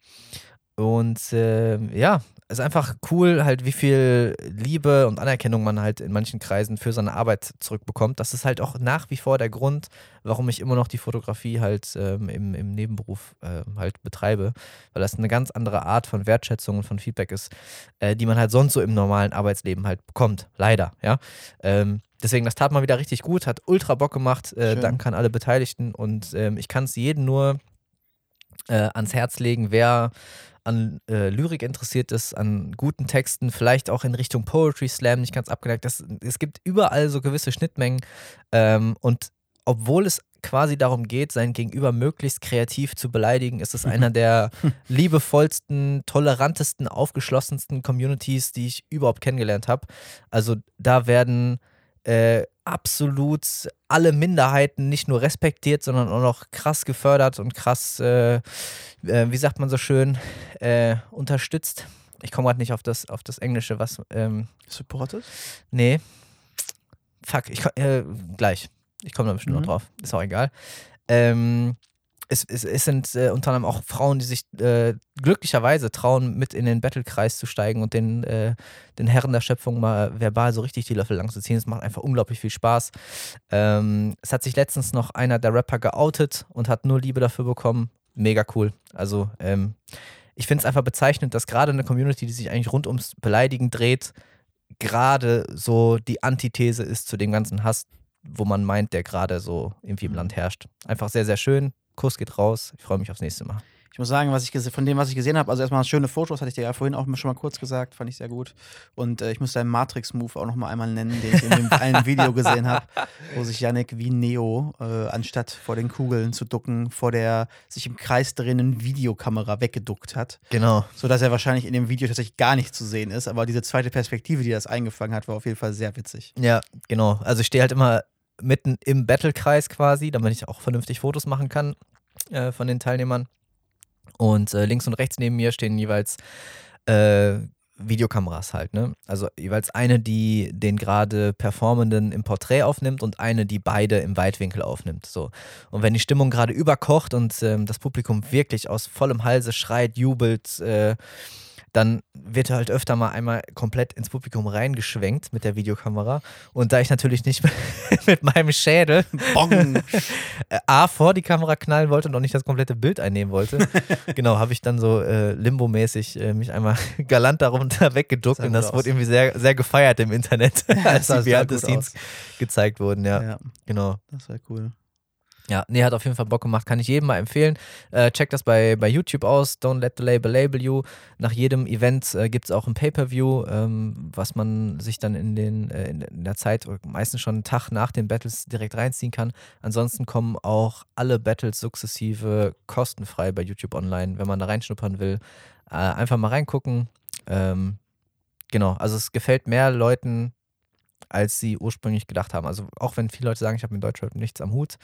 S1: Und ähm, ja, ist einfach cool, halt, wie viel Liebe und Anerkennung man halt in manchen Kreisen für seine Arbeit zurückbekommt. Das ist halt auch nach wie vor der Grund, warum ich immer noch die Fotografie halt ähm, im, im Nebenberuf ähm, halt betreibe. Weil das eine ganz andere Art von Wertschätzung und von Feedback ist, äh, die man halt sonst so im normalen Arbeitsleben halt bekommt. Leider, ja. Ähm, deswegen, das tat mal wieder richtig gut, hat ultra Bock gemacht. Äh,
S2: Schön.
S1: Dank an alle Beteiligten und ähm, ich kann es jedem nur äh, ans Herz legen, wer an äh, Lyrik interessiert ist, an guten Texten, vielleicht auch in Richtung Poetry Slam, nicht ganz abgeneigt. Das, es gibt überall so gewisse Schnittmengen ähm, und obwohl es quasi darum geht, sein Gegenüber möglichst kreativ zu beleidigen, ist es einer der liebevollsten, tolerantesten, aufgeschlossensten Communities, die ich überhaupt kennengelernt habe. Also da werden äh, absolut alle Minderheiten nicht nur respektiert, sondern auch noch krass gefördert und krass, äh, äh, wie sagt man so schön, äh, unterstützt. Ich komme gerade nicht auf das, auf das Englische, was, ähm,
S2: Supported?
S1: Nee. Fuck, ich komm, äh, gleich. Ich komme da bestimmt
S2: Mhm.
S1: noch drauf. Ist auch egal. Ähm, es, es, es sind äh, unter anderem auch Frauen, die sich äh, glücklicherweise trauen, mit in den Battlekreis zu steigen und den, äh, den Herren der Schöpfung mal verbal so richtig die Löffel lang zu ziehen. Es macht einfach unglaublich viel Spaß. Ähm, es hat sich letztens noch einer der Rapper geoutet und hat nur Liebe dafür bekommen. mega cool. Also ähm, ich finde es einfach bezeichnend, dass gerade eine Community, die sich eigentlich rund ums Beleidigen dreht, gerade so die Antithese ist zu dem ganzen Hass, wo man meint, der gerade so irgendwie im Land herrscht. Einfach sehr, sehr schön. Kuss geht raus. Ich freue mich aufs nächste Mal.
S2: Ich muss sagen, was ich gese- von dem, was ich gesehen habe, also erstmal schöne Fotos, hatte ich dir ja vorhin auch schon mal kurz gesagt, fand ich sehr gut. Und äh, ich muss deinen Matrix-Move auch nochmal einmal nennen, den ich in dem einen Video gesehen habe, wo sich Yannick wie Neo, äh, anstatt vor den Kugeln zu ducken, vor der sich im Kreis drehenden Videokamera weggeduckt hat,
S1: Genau.
S2: sodass er wahrscheinlich in dem Video tatsächlich gar nicht zu sehen ist. Aber diese zweite Perspektive, die das eingefangen hat, war auf jeden Fall sehr witzig.
S1: Ja, genau. Also ich stehe halt immer mitten im Battlekreis quasi, damit ich auch vernünftig Fotos machen kann äh, von den Teilnehmern. Und äh, links und rechts neben mir stehen jeweils äh, Videokameras halt, ne? Also jeweils eine, die den gerade Performenden im Porträt aufnimmt und eine, die beide im Weitwinkel aufnimmt. So. Und wenn die Stimmung gerade überkocht und ähm, das Publikum wirklich aus vollem Halse schreit, jubelt, äh, dann wird halt öfter mal einmal komplett ins Publikum reingeschwenkt mit der Videokamera. Und da ich natürlich nicht mit meinem Schädel
S2: Bong!
S1: äh, A vor die Kamera knallen wollte und auch nicht das komplette Bild einnehmen wollte, genau, habe ich dann so äh, limbo-mäßig äh, mich einmal galant darunter weggeduckt
S2: Sah
S1: und
S2: gut
S1: das
S2: aus.
S1: wurde irgendwie sehr, sehr gefeiert im Internet, als
S2: sah
S1: die
S2: sehr
S1: während des
S2: gut
S1: Dienstes gezeigt wurden. Ja,
S2: ja,
S1: genau.
S2: das war cool.
S1: Ja, nee, hat auf jeden Fall Bock gemacht. Kann ich jedem mal empfehlen. Äh, check das bei, bei YouTube aus. Don't let the label label you. Nach jedem Event äh, gibt es auch ein Pay-Per-View, ähm, was man sich dann in, den, äh, in, in der Zeit oder meistens schon einen Tag nach den Battles direkt reinziehen kann. Ansonsten kommen auch alle Battles sukzessive kostenfrei bei YouTube online, wenn man da reinschnuppern will. Äh, einfach mal reingucken. Ähm, genau, also es gefällt mehr Leuten, als sie ursprünglich gedacht haben. Also auch wenn viele Leute sagen, ich habe mit Deutschrap nichts am Hut,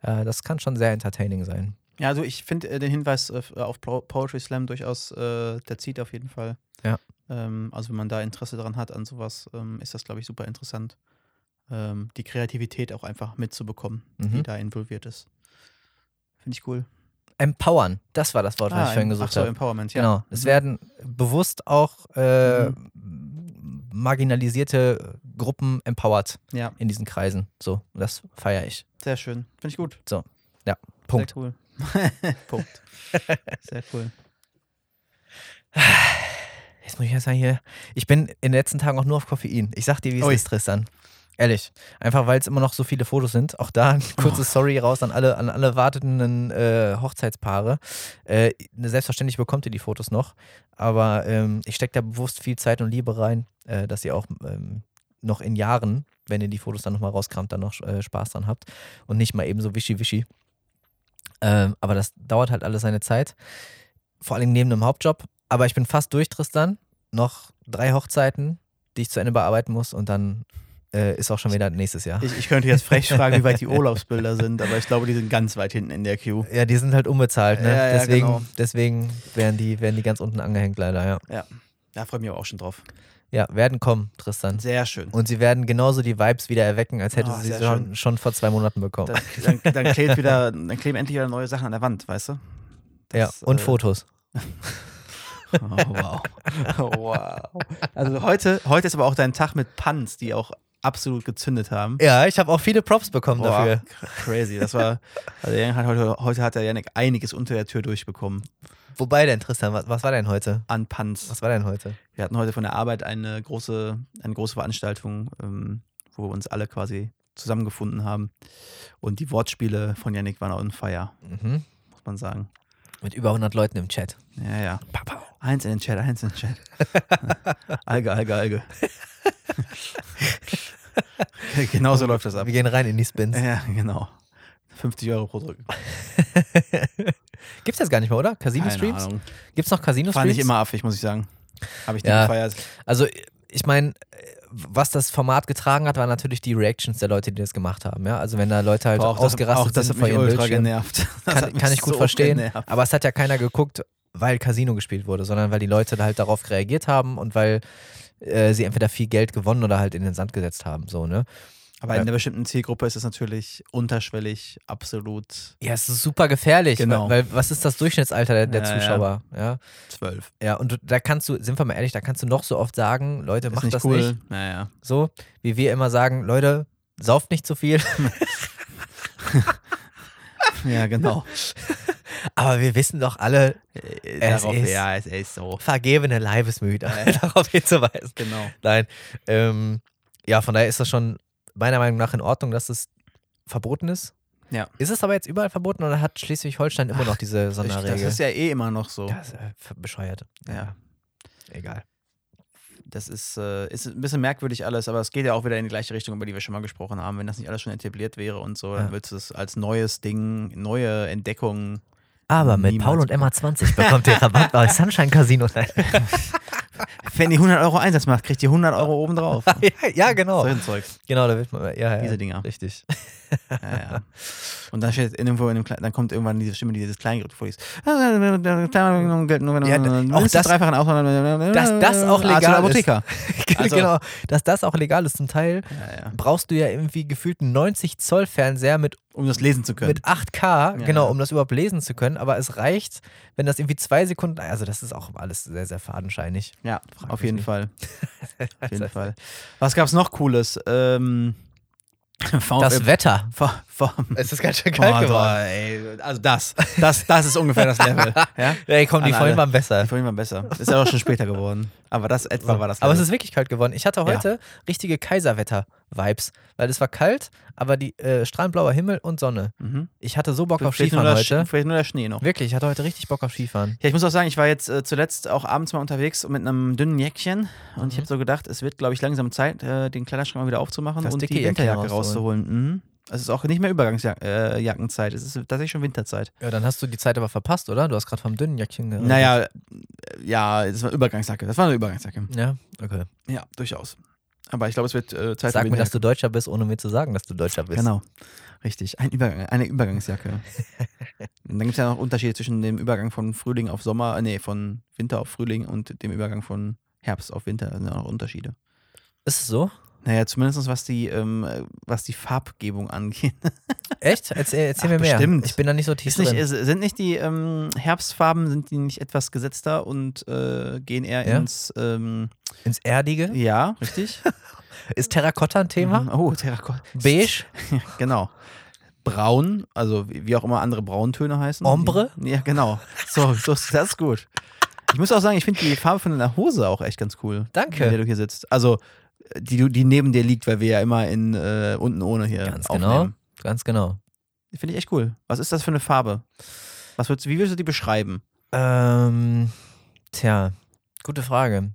S1: äh, das kann schon sehr entertaining sein.
S2: Ja, also ich finde äh, den Hinweis äh, auf Pro- Poetry Slam durchaus, äh, der zieht auf jeden Fall.
S1: Ja.
S2: Ähm, also wenn man da Interesse daran hat an sowas, ähm, ist das, glaube ich, super interessant, ähm, die Kreativität auch einfach mitzubekommen, die
S1: Mhm.
S2: da involviert ist. Finde ich cool. Ah,
S1: Empowern, das war das Wort, was ich vorhin
S2: ach
S1: gesucht
S2: so,
S1: habe.
S2: Empowerment, ja.
S1: Genau. Es werden bewusst auch äh,
S2: Mhm.
S1: marginalisierte Gruppen empowert
S2: Ja,
S1: in diesen Kreisen. So, und das feiere ich.
S2: sehr schön. Finde ich gut.
S1: Punkt.
S2: Sehr cool. Punkt. Sehr cool.
S1: Jetzt muss ich erst mal hier. Ich bin in den letzten Tagen auch nur auf Koffein. Ich sag dir, wie es
S2: Ui.
S1: ist, Tristan. Ehrlich. Einfach weil es immer noch so viele Fotos sind. Auch da ein kurzes
S2: Oh.
S1: Sorry raus an alle, an alle wartenden äh, Hochzeitspaare. Äh, selbstverständlich bekommt ihr die Fotos noch. Aber ähm, ich stecke da bewusst viel Zeit und Liebe rein, äh, dass ihr auch ähm, noch in Jahren, wenn ihr die Fotos dann nochmal rauskramt, dann noch äh, Spaß dran habt. Und nicht mal eben so wischi-wischi. Ähm, aber das dauert halt alles seine Zeit. Vor allem neben dem Hauptjob. Aber ich bin fast durch, Tristan. Noch drei Hochzeiten, die ich zu Ende bearbeiten muss. Und dann äh, ist auch schon wieder nächstes Jahr.
S2: Ich, ich könnte jetzt frech fragen, wie weit die Urlaubsbilder sind, aber ich glaube, die sind ganz weit hinten in der Queue.
S1: Ja, die sind halt unbezahlt, ne?
S2: Ja, ja,
S1: deswegen
S2: genau.
S1: deswegen werden, die, werden die ganz unten angehängt, leider, ja.
S2: Da freue ich mich aber auch schon drauf.
S1: Ja, werden kommen, Tristan.
S2: Sehr schön.
S1: Und sie werden genauso die Vibes wieder erwecken, als hätte
S2: Ah,
S1: sie
S2: sehr
S1: sie schon,
S2: schön.
S1: schon vor zwei Monaten bekommen.
S2: Dann, dann, dann, klebt wieder, dann kleben endlich wieder neue Sachen an der Wand, weißt du? das,
S1: ja, und
S2: äh,
S1: Fotos.
S2: Oh, wow. Oh, wow. Also heute, heute ist aber auch dein Tag mit Puns, die auch absolut gezündet haben.
S1: Ja, ich habe auch viele Props bekommen
S2: Boah,
S1: dafür.
S2: cr- Crazy. Das war, also Yannick hat heute, heute hat der Yannick einiges unter der Tür durchbekommen
S1: Wobei denn, Tristan, was, was war denn heute?
S2: an Puns.
S1: Was war denn heute?
S2: Wir hatten heute von der Arbeit eine große, eine große Veranstaltung, ähm, wo wir uns alle quasi zusammengefunden haben. Und die Wortspiele von Yannick waren on fire,
S1: Mhm.
S2: muss man sagen.
S1: Mit über 100 Leuten im Chat.
S2: Ja, ja.
S1: Papa.
S2: Eins in den Chat, eins in den Chat. Alge, Alge, Alge. Genauso läuft das ab.
S1: Wir gehen rein in die Spins.
S2: Ja, genau. 50 Euro pro Drück.
S1: Gibt's das gar nicht mehr, oder?
S2: Keine
S1: Casino-Streams?
S2: Ahnung.
S1: Gibt's noch
S2: Fand ich
S1: Casino-Streams?
S2: immer affig, muss ich sagen. Habe ich nicht
S1: Ja.
S2: gefeiert.
S1: Also, ich meine, was das Format getragen hat, waren natürlich die Reactions der Leute, die das gemacht haben. Ja? Also, wenn da Leute halt
S2: Boah, auch
S1: ausgerastet
S2: das, auch
S1: sind
S2: das hat
S1: vor
S2: mich
S1: ihrem
S2: ultra
S1: Bildschirm,
S2: genervt. Das hat
S1: kann,
S2: mich
S1: kann ich gut
S2: so
S1: verstehen.
S2: genervt.
S1: Aber es hat ja keiner geguckt, weil Casino gespielt wurde, sondern weil die Leute da halt darauf reagiert haben und weil äh, sie entweder viel Geld gewonnen oder halt in den Sand gesetzt haben. So, ne?
S2: Aber
S1: Ja.
S2: in einer bestimmten Zielgruppe ist es natürlich unterschwellig, absolut
S1: Ja, es ist super gefährlich,
S2: Genau.
S1: weil, weil was ist das Durchschnittsalter der, der
S2: Ja, ja.
S1: Zuschauer? Ja.
S2: zwölf.
S1: ja, und du- da kannst du, sind wir mal ehrlich, da kannst du noch so oft sagen, Leute,
S2: Ist
S1: macht
S2: nicht
S1: das
S2: cool.
S1: nicht.
S2: Naja.
S1: So, wie wir immer sagen, Leute, sauft nicht zu viel.
S2: Ja, genau.
S1: Aber wir wissen doch alle,
S2: Äh,
S1: Es
S2: Darauf,
S1: ist-
S2: ja, es ist so.
S1: vergebene Leibesmüde,
S2: Ja, ja.
S1: darauf hinzuweisen.
S2: Genau.
S1: Nein. Ähm, ja, von daher ist das schon meiner Meinung nach in Ordnung, dass es verboten ist.
S2: Ja.
S1: Ist es aber jetzt überall verboten oder hat Schleswig-Holstein immer noch diese
S2: Ich,
S1: Sonderregel?
S2: das ist ja eh immer noch so.
S1: Das ist äh, f- bescheuert.
S2: Ja.
S1: Egal.
S2: Das ist, äh, ist ein bisschen merkwürdig alles, aber es geht ja auch wieder in die gleiche Richtung, über die wir schon mal gesprochen haben. Wenn das nicht alles schon etabliert wäre und so,
S1: Ja.
S2: dann würdest du es als neues Ding, neue Entdeckungen
S1: Aber mit
S2: Niemals
S1: Paul und Emma 20 bekommt ihr Rabatt bei Sunshine Casino. Nein.
S2: Wenn die 100 Euro Einsatz macht, kriegt die 100 Euro obendrauf.
S1: ja, ja,
S2: Oh. So
S1: genau.
S2: ein Zeug.
S1: Genau, da wird man. Ja, ja,
S2: Diese Dinger.
S1: Richtig.
S2: Ja, ja. Und dann steht irgendwo in dem Kle- dann kommt irgendwann diese Stimme, die dieses Kleingeld vorliest. Ja,
S1: auch das-
S2: dreifachen Ausland.
S1: dass das auch
S2: Arzt
S1: legal
S2: oder Apotheker. Also-
S1: genau. Dass das auch legal ist zum Teil,
S2: Ja, ja.
S1: brauchst du ja irgendwie gefühlt einen 90 Zoll Fernseher mit
S2: Um das lesen zu können.
S1: Mit 8K,
S2: Ja,
S1: genau,
S2: ja.
S1: um das überhaupt lesen zu können. Aber es reicht, wenn das irgendwie zwei Sekunden. Also, das ist auch alles sehr, sehr fadenscheinig.
S2: ja,
S1: Frag
S2: auf
S1: mich
S2: jeden
S1: nicht.
S2: Fall. Auf jeden Fall. Was gab's noch Cooles? Ähm, Oh, äh,
S1: Das Wetter. Oh,
S2: Vom,
S1: Es ist ganz schön
S2: Boah, boah, ey, also das, das, das ist ungefähr das Level. Ja?
S1: Ey, komm, die vorhin
S2: An alle.
S1: waren besser.
S2: Die vorhin war besser. Ist ja auch schon später geworden. Aber das etwa war das
S1: aber es
S2: Level.
S1: ist wirklich kalt geworden. Ich hatte heute richtige Kaiserwetter-Vibes, weil es war kalt, aber die äh, strahlend blauer Himmel und Sonne.
S2: mhm.
S1: Ich hatte so Bock auf
S2: vielleicht, nur
S1: Skifahren
S2: der,
S1: heute.
S2: Sch- vielleicht nur der Schnee noch.
S1: Wirklich, ich hatte heute richtig Bock auf Skifahren.
S2: Ja, ich muss auch sagen, ich war jetzt äh, zuletzt auch abends mal unterwegs mit einem dünnen Jäckchen und ich
S1: Mhm.
S2: habe so gedacht, es wird, glaube ich, langsam Zeit, äh, den Kleiderschrank mal wieder aufzumachen
S1: Das
S2: und
S1: dicke
S2: die
S1: Jäckchen
S2: Winterjacke rauszuholen. Mhm. Es ist auch nicht mehr Übergangsjackenzeit, äh, Jackenzeit. es ist tatsächlich schon Winterzeit.
S1: Ja, dann hast du die Zeit aber verpasst, oder? Du hast gerade vom dünnen Jackchen geredet.
S2: Naja, äh, ja, es war Übergangsjacke, das war eine Übergangsjacke.
S1: Ja, okay.
S2: Ja, durchaus. Aber ich glaube, es wird äh, Zeit
S1: Sag
S2: für
S1: mir, dass
S2: Winterjacke.
S1: du Deutscher bist, ohne mir zu sagen, dass du Deutscher bist.
S2: Genau, richtig. Ein Übergang, eine Übergangsjacke. und dann gibt es ja noch Unterschiede zwischen dem Übergang von Frühling auf Sommer, äh, nee, von Winter auf Frühling und dem Übergang von Herbst auf Winter. Da sind auch noch Unterschiede.
S1: Ist es so?
S2: Naja, zumindest was die, ähm, äh, was die Farbgebung angeht.
S1: Echt? Erzähl, erzähl mir
S2: Ach,
S1: mehr.
S2: bestimmt.
S1: Ich bin da nicht so tief
S2: Ist nicht,
S1: drin.
S2: ist, sind nicht die ähm, Herbstfarben, sind die nicht etwas gesetzter und äh, gehen eher
S1: Ja?
S2: ins, ähm,
S1: Ins Erdige?
S2: ja, richtig?
S1: Ist Terrakotta ein Thema?
S2: Mhm. Oh, Terrakotta.
S1: Beige?
S2: Genau. Braun, also wie wie auch immer andere Brauntöne heißen.
S1: Ombre?
S2: Ja, genau. So, so ist das gut. Ich muss auch sagen, ich finde die Farbe von deiner Hose auch echt ganz cool.
S1: Danke.
S2: In der du hier sitzt. Also, die, du- die neben dir liegt, weil wir ja immer in äh, unten ohne hier
S1: Ganz genau.
S2: aufnehmen.
S1: Ganz genau.
S2: Finde ich echt cool. Was ist das für eine Farbe? Was würdest, wie würdest du die beschreiben?
S1: Ähm, tja, gute Frage.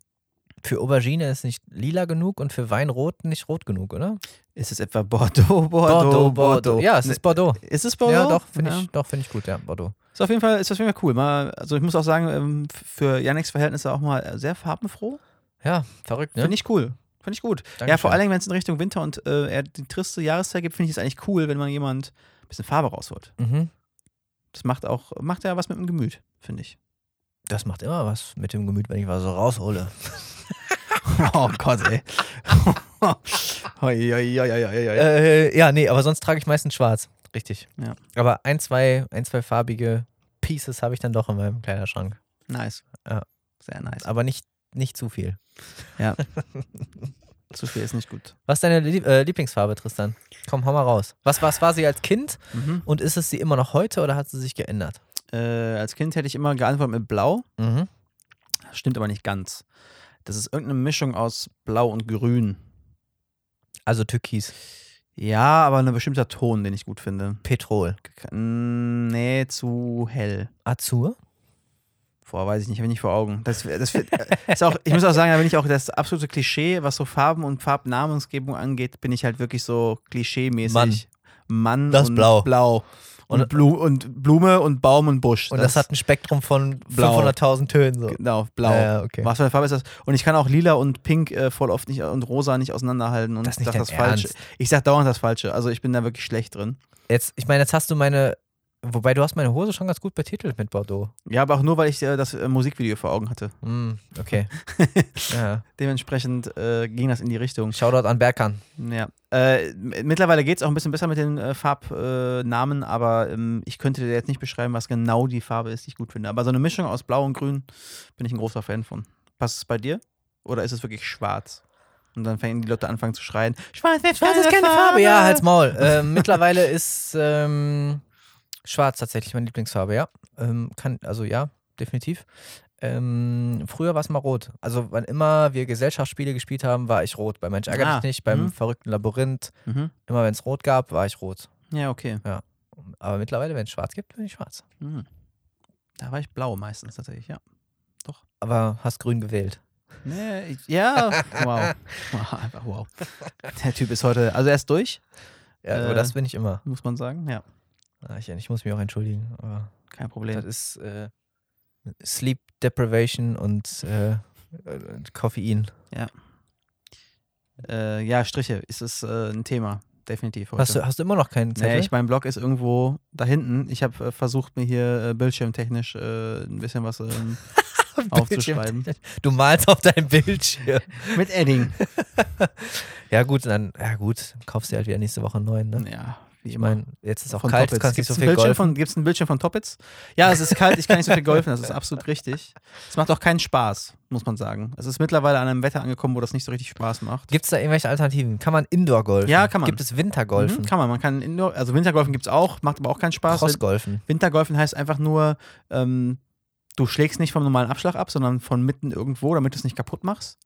S1: Für Aubergine ist nicht lila genug und für Weinrot nicht rot genug, oder?
S2: Ist es etwa Bordeaux, Bordeaux, Bordeaux?
S1: Ja, es ist Bordeaux.
S2: ist es Bordeaux?
S1: Ja, doch, finde
S2: Ja.
S1: ich, doch, find ich gut, ja, Bordeaux.
S2: Ist auf jeden Fall, ist auf jeden Fall cool. Mal, also ich muss auch sagen, ähm, f- für Yannicks Verhältnisse auch mal sehr farbenfroh.
S1: Ja, verrückt, ne?
S2: Finde ich cool. Finde ich gut. Ja, vor allen Dingen, wenn es in Richtung Winter und äh, eher die triste Jahreszeit gibt, finde ich es eigentlich cool, wenn man jemand ein bisschen Farbe rausholt.
S1: Mhm.
S2: Das macht auch, macht ja was mit dem Gemüt, finde ich.
S1: Das macht immer was mit dem Gemüt, wenn ich was so raushole.
S2: oh Gott, ey. Oi, oi, oi, oi, oi, oi.
S1: Äh, ja, nee, aber sonst trage ich meistens schwarz. Richtig.
S2: Ja.
S1: Aber ein, zwei, ein, zwei farbige Pieces habe ich dann doch in meinem Kleiderschrank.
S2: nice.
S1: Ja.
S2: Sehr nice.
S1: Aber nicht, nicht zu viel.
S2: Zu viel ist nicht gut.
S1: Was ist deine Lieb äh, Lieblingsfarbe, Tristan? Komm, hau mal raus. Was, was war sie als Kind
S2: Mhm.
S1: und ist es sie immer noch heute oder hat sie sich geändert?
S2: Äh, als Kind hätte ich immer geantwortet mit Blau.
S1: Mhm.
S2: Stimmt aber nicht ganz. Das ist irgendeine Mischung aus Blau und Grün.
S1: Also Türkis,
S2: Ja, aber ein bestimmter Ton, den ich gut finde.
S1: Petrol,
S2: Ke- Nee, zu hell.
S1: Azur.
S2: Boah, weiß ich nicht, habe ich nicht vor Augen. Das, das wird, ist auch, ich muss auch sagen, da bin ich auch das absolute Klischee, was so Farben und Farbnamensgebung angeht, bin ich halt wirklich so klischeemäßig.
S1: Mann.
S2: Mann
S1: Das
S2: und
S1: Blau.
S2: Blau. Und,
S1: Und-
S2: Blu und Blume und Baum und Busch.
S1: Und das, hat ein Spektrum von
S2: Blau.
S1: 500.000 Tönen. So.
S2: Genau, blau.
S1: Ja, ja, okay.
S2: Was für eine Farbe ist das? Und ich kann auch lila und pink äh, voll oft nicht und rosa nicht auseinanderhalten und
S1: Das ist nicht
S2: sag
S1: dein
S2: das Falsche.
S1: Ernst.
S2: Ich sag dauernd das Falsche. Also ich bin da wirklich schlecht drin.
S1: Jetzt, ich meine, jetzt hast du meine, wobei du hast meine Hose schon ganz gut betitelt mit Bordeaux.
S2: Ja, aber auch nur, weil ich äh, das äh, Musikvideo vor Augen hatte.
S1: Hm, okay. ja.
S2: Dementsprechend äh, ging das in die Richtung.
S1: Shoutout an Berkan.
S2: Ja. Äh, m- mittlerweile geht es auch ein bisschen besser mit den äh, Farbnamen, äh, Namen, aber ähm, ich könnte dir jetzt nicht beschreiben, was genau die Farbe ist, die ich gut finde. Aber so eine Mischung aus Blau und Grün bin ich ein großer Fan von. Passt es bei dir? Oder ist es wirklich schwarz? Und dann fangen die Leute anfangen zu schreien: Schwarz, schwarz, schwarz ist keine Farbe!
S1: Ja, halt's Maul. Ähm, mittlerweile ist ähm, Schwarz tatsächlich meine Lieblingsfarbe, ja. Ähm, kann, also ja, definitiv. Ähm, früher war es mal rot. Also wann immer wir Gesellschaftsspiele gespielt haben, war ich rot. Bei Mensch ärgere
S2: Ah,
S1: dich nicht, beim
S2: mhm.
S1: verrückten Labyrinth.
S2: Mhm.
S1: Immer wenn es rot gab, war ich rot.
S2: Ja, okay.
S1: Aber mittlerweile, wenn es schwarz gibt, bin ich schwarz.
S2: Mhm. Da war ich blau meistens tatsächlich, ja.
S1: Aber hast grün gewählt.
S2: Nee, ich, ja, wow. wow. Einfach wow. Der Typ ist heute, also er ist durch,
S1: Ja, aber
S2: Äh.
S1: das bin ich immer.
S2: muss man sagen. Ja,
S1: Ah, Ich, ich muss mich auch entschuldigen. Aber
S2: kein
S1: das
S2: Problem.
S1: ist äh, Sleep Deprivation und äh, äh, Koffein.
S2: Äh, ja, Striche ist es äh, ein Thema, definitiv. Heute.
S1: Hast du, hast du immer noch keinen Zettel?
S2: Nee, ich, mein Blog ist irgendwo da hinten. Ich habe äh, versucht, mir hier äh, bildschirmtechnisch äh, ein bisschen was ähm, aufzuschreiben.
S1: Du malst auf deinem Bildschirm.
S2: Mit Edding.
S1: Ja, gut, dann, ja gut, dann kaufst du halt wieder nächste Woche einen neuen, ne?
S2: Ja, wie
S1: Ich
S2: immer.
S1: meine, jetzt ist auch kalt, du kannst nicht
S2: Gibt's
S1: so
S2: ein
S1: viel
S2: Bildschirm
S1: golfen.
S2: von Gibt es ein Bildschirm von Toppitz? Ja, es ist kalt, ich kann nicht so viel golfen, das ist absolut richtig. Es macht auch keinen Spaß, muss man sagen. Es ist mittlerweile an einem Wetter angekommen, wo das nicht so richtig Spaß macht.
S1: Gibt es da irgendwelche Alternativen? Kann man Indoor golfen?
S2: Ja, kann man.
S1: Gibt es Wintergolfen?
S2: Mhm, kann man, man kann Indoor, also Wintergolfen gibt es auch, macht aber auch keinen Spaß.
S1: Crossgolfen?
S2: Wintergolfen heißt einfach nur, ähm, du schlägst nicht vom normalen Abschlag ab, sondern von mitten irgendwo, damit du es nicht kaputt machst.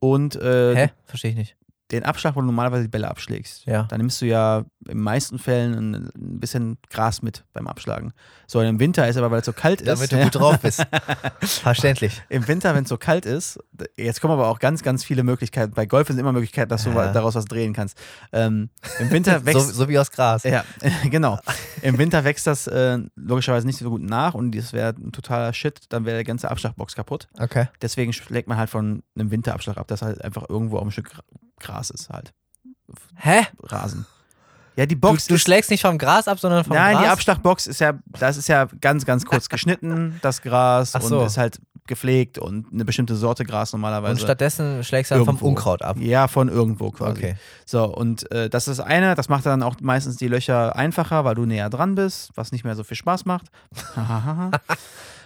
S2: Und äh,
S1: Hä? Verstehe ich nicht.
S2: den Abschlag, wo du normalerweise die Bälle abschlägst.
S1: Ja.
S2: Da nimmst du ja in meisten Fällen ein, ein bisschen Gras mit beim Abschlagen. So, und im Winter ist aber, weil es so kalt ist.
S1: Damit du
S2: ja,
S1: gut drauf bist. Verständlich.
S2: Im Winter, wenn es so kalt ist, d- jetzt kommen aber auch ganz, ganz viele Möglichkeiten. Bei Golf sind immer Möglichkeiten, dass du
S1: Ja.
S2: wa- daraus was drehen kannst. Ähm, Im Winter
S1: So,
S2: wächst.
S1: so wie aus Gras.
S2: Ja, genau. Im Winter wächst das äh, logischerweise nicht so gut nach und das wäre ein totaler Shit, dann wäre der ganze Abschlagbox kaputt.
S1: Okay.
S2: Deswegen schlägt man halt von einem Winterabschlag ab, dass halt einfach irgendwo auf dem Stück Gra- Gras ist halt.
S1: Hä?
S2: Rasen. Ja, die
S1: Du,
S2: Box
S1: du
S2: ist,
S1: schlägst nicht vom Gras ab, sondern vom
S2: Nein,
S1: Gras?
S2: die Abschlagbox ist ja, das ist ja ganz, ganz kurz geschnitten, das Gras,
S1: Ach so.
S2: und ist halt gepflegt und eine bestimmte Sorte Gras normalerweise.
S1: Und stattdessen schlägst du halt vom
S2: Irgendwo.
S1: Unkraut ab.
S2: ja, von irgendwo quasi.
S1: Okay.
S2: So, und äh, das ist eine, das macht dann auch meistens die Löcher einfacher, weil du näher dran bist, was nicht mehr so viel Spaß macht. Hahaha.